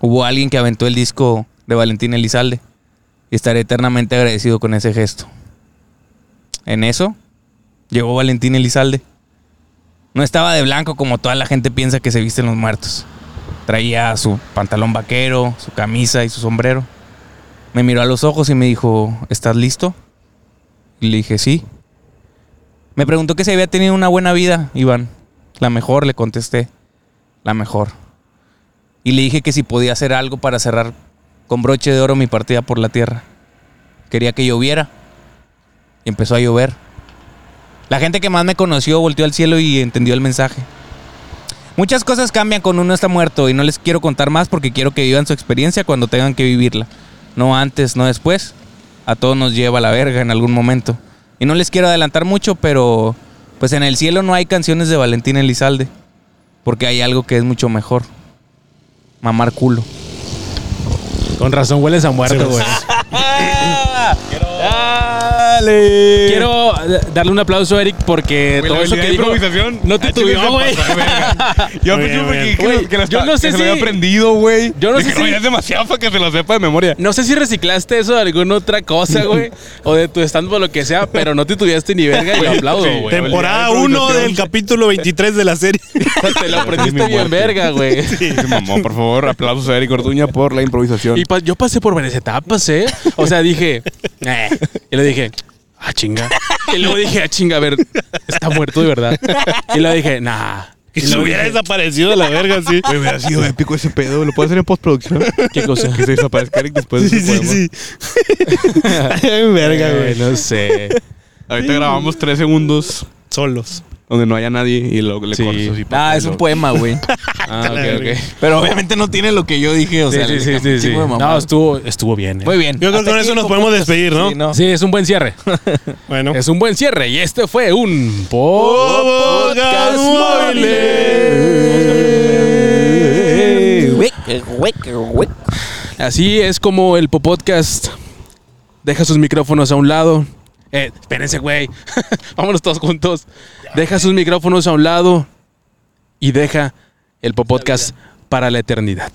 Speaker 4: Hubo alguien que aventó el disco de Valentín Elizalde y estaré eternamente agradecido con ese gesto. En eso llegó Valentín Elizalde. No estaba de blanco como toda la gente piensa que se visten los muertos. Traía su pantalón vaquero, su camisa y su sombrero. Me miró a los ojos y me dijo, ¿estás listo? Y le dije, sí. Me preguntó que si había tenido una buena vida, Iván. La mejor, le contesté. La mejor. Y le dije que si podía hacer algo para cerrar con broche de oro mi partida por la tierra. Quería que lloviera, y empezó a llover. La gente que más me conoció volteó al cielo y entendió el mensaje. Muchas cosas cambian cuando uno está muerto y no les quiero contar más porque quiero que vivan su experiencia cuando tengan que vivirla. No antes, no después. A todos nos lleva a la verga en algún momento. Y no les quiero adelantar mucho, pero pues en el cielo no hay canciones de Valentín Elizalde. Porque hay algo que es mucho mejor. Mamar culo.
Speaker 1: Con razón hueles a muerto, güey.
Speaker 3: ¡Dale!
Speaker 1: Quiero eh, darle un aplauso a Eric porque
Speaker 3: Güey, la
Speaker 1: todo eso que
Speaker 3: habilidad de
Speaker 1: dijo
Speaker 3: improvisación.
Speaker 1: no te
Speaker 3: Ah,
Speaker 1: tuvió,
Speaker 3: chingas,
Speaker 1: güey.
Speaker 3: se pasó de verga. Yo
Speaker 2: Muy
Speaker 3: pensé
Speaker 2: bien,
Speaker 3: porque
Speaker 2: muy
Speaker 3: que,
Speaker 1: bien.
Speaker 3: que las-
Speaker 1: Yo no
Speaker 3: que
Speaker 1: sé
Speaker 3: se lo
Speaker 1: si-
Speaker 3: había aprendido, güey.
Speaker 1: Yo no
Speaker 3: Dije,
Speaker 1: sé si-
Speaker 3: ya es demasiado para que se lo sepa de memoria.
Speaker 1: No sé si reciclaste eso de alguna otra cosa, güey, o de tu stand o lo que sea, pero no te tuviste ni verga y lo aplaudo,
Speaker 3: Sí,
Speaker 1: güey.
Speaker 2: Temporada
Speaker 3: habilidad de
Speaker 2: 1
Speaker 3: improvisación.
Speaker 2: del capítulo 23 de la serie.
Speaker 1: Te lo aprendiste
Speaker 3: mi
Speaker 1: bien
Speaker 3: muerte.
Speaker 1: verga, güey.
Speaker 3: Dice, mamón, por favor, aplausos a Eric Orduña por la improvisación.
Speaker 1: Y pa- yo pasé por varias etapas, ¿eh? O sea, dije, eh. Y le dije, ah, chinga. Y luego dije, ah, chinga, a ver, está muerto de verdad. Y luego dije, nah.
Speaker 2: Que
Speaker 1: Y
Speaker 2: se
Speaker 1: luego
Speaker 2: hubiera
Speaker 1: dije,
Speaker 2: desaparecido de la verga, sí.
Speaker 3: Güey, hubiera sido épico ese pedo. ¿Lo puedo hacer en postproducción?
Speaker 1: ¿Qué cosa?
Speaker 3: Que se desaparezca Eric después de
Speaker 2: Sí,
Speaker 3: ese
Speaker 2: sí,
Speaker 3: poema.
Speaker 2: sí. Ay, verga,
Speaker 1: eh,
Speaker 2: güey.
Speaker 1: no sé.
Speaker 3: Ahorita grabamos tres segundos
Speaker 2: Solos.
Speaker 3: donde no haya nadie y luego le
Speaker 1: Sí.
Speaker 3: cortas así para
Speaker 4: Ah, es un
Speaker 3: hacerlo.
Speaker 4: poema, güey.
Speaker 1: Ah, ok, ok.
Speaker 4: Pero obviamente no tiene lo que yo dije, o
Speaker 1: Sí,
Speaker 4: sea,
Speaker 1: sí,
Speaker 4: le
Speaker 1: sí,
Speaker 4: cambió
Speaker 1: sí,
Speaker 4: un
Speaker 1: sí.
Speaker 4: chingo de
Speaker 1: No,
Speaker 4: mamadas.
Speaker 1: estuvo, estuvo bien. eh.
Speaker 4: Muy bien.
Speaker 2: Yo creo que
Speaker 4: Hasta
Speaker 2: con
Speaker 4: aquí
Speaker 2: eso
Speaker 4: el
Speaker 2: nos podemos
Speaker 4: podcast.
Speaker 2: despedir, ¿no?
Speaker 4: Sí, no.
Speaker 1: Sí, es un buen cierre.
Speaker 2: Bueno.
Speaker 1: Es un buen cierre. Y este fue un
Speaker 2: Podcast
Speaker 1: móvil. Así es como el Popodcast deja sus micrófonos a un lado. Eh, espérense, güey. Vámonos todos juntos. Deja sus micrófonos a un lado y deja el Popodcast para la eternidad.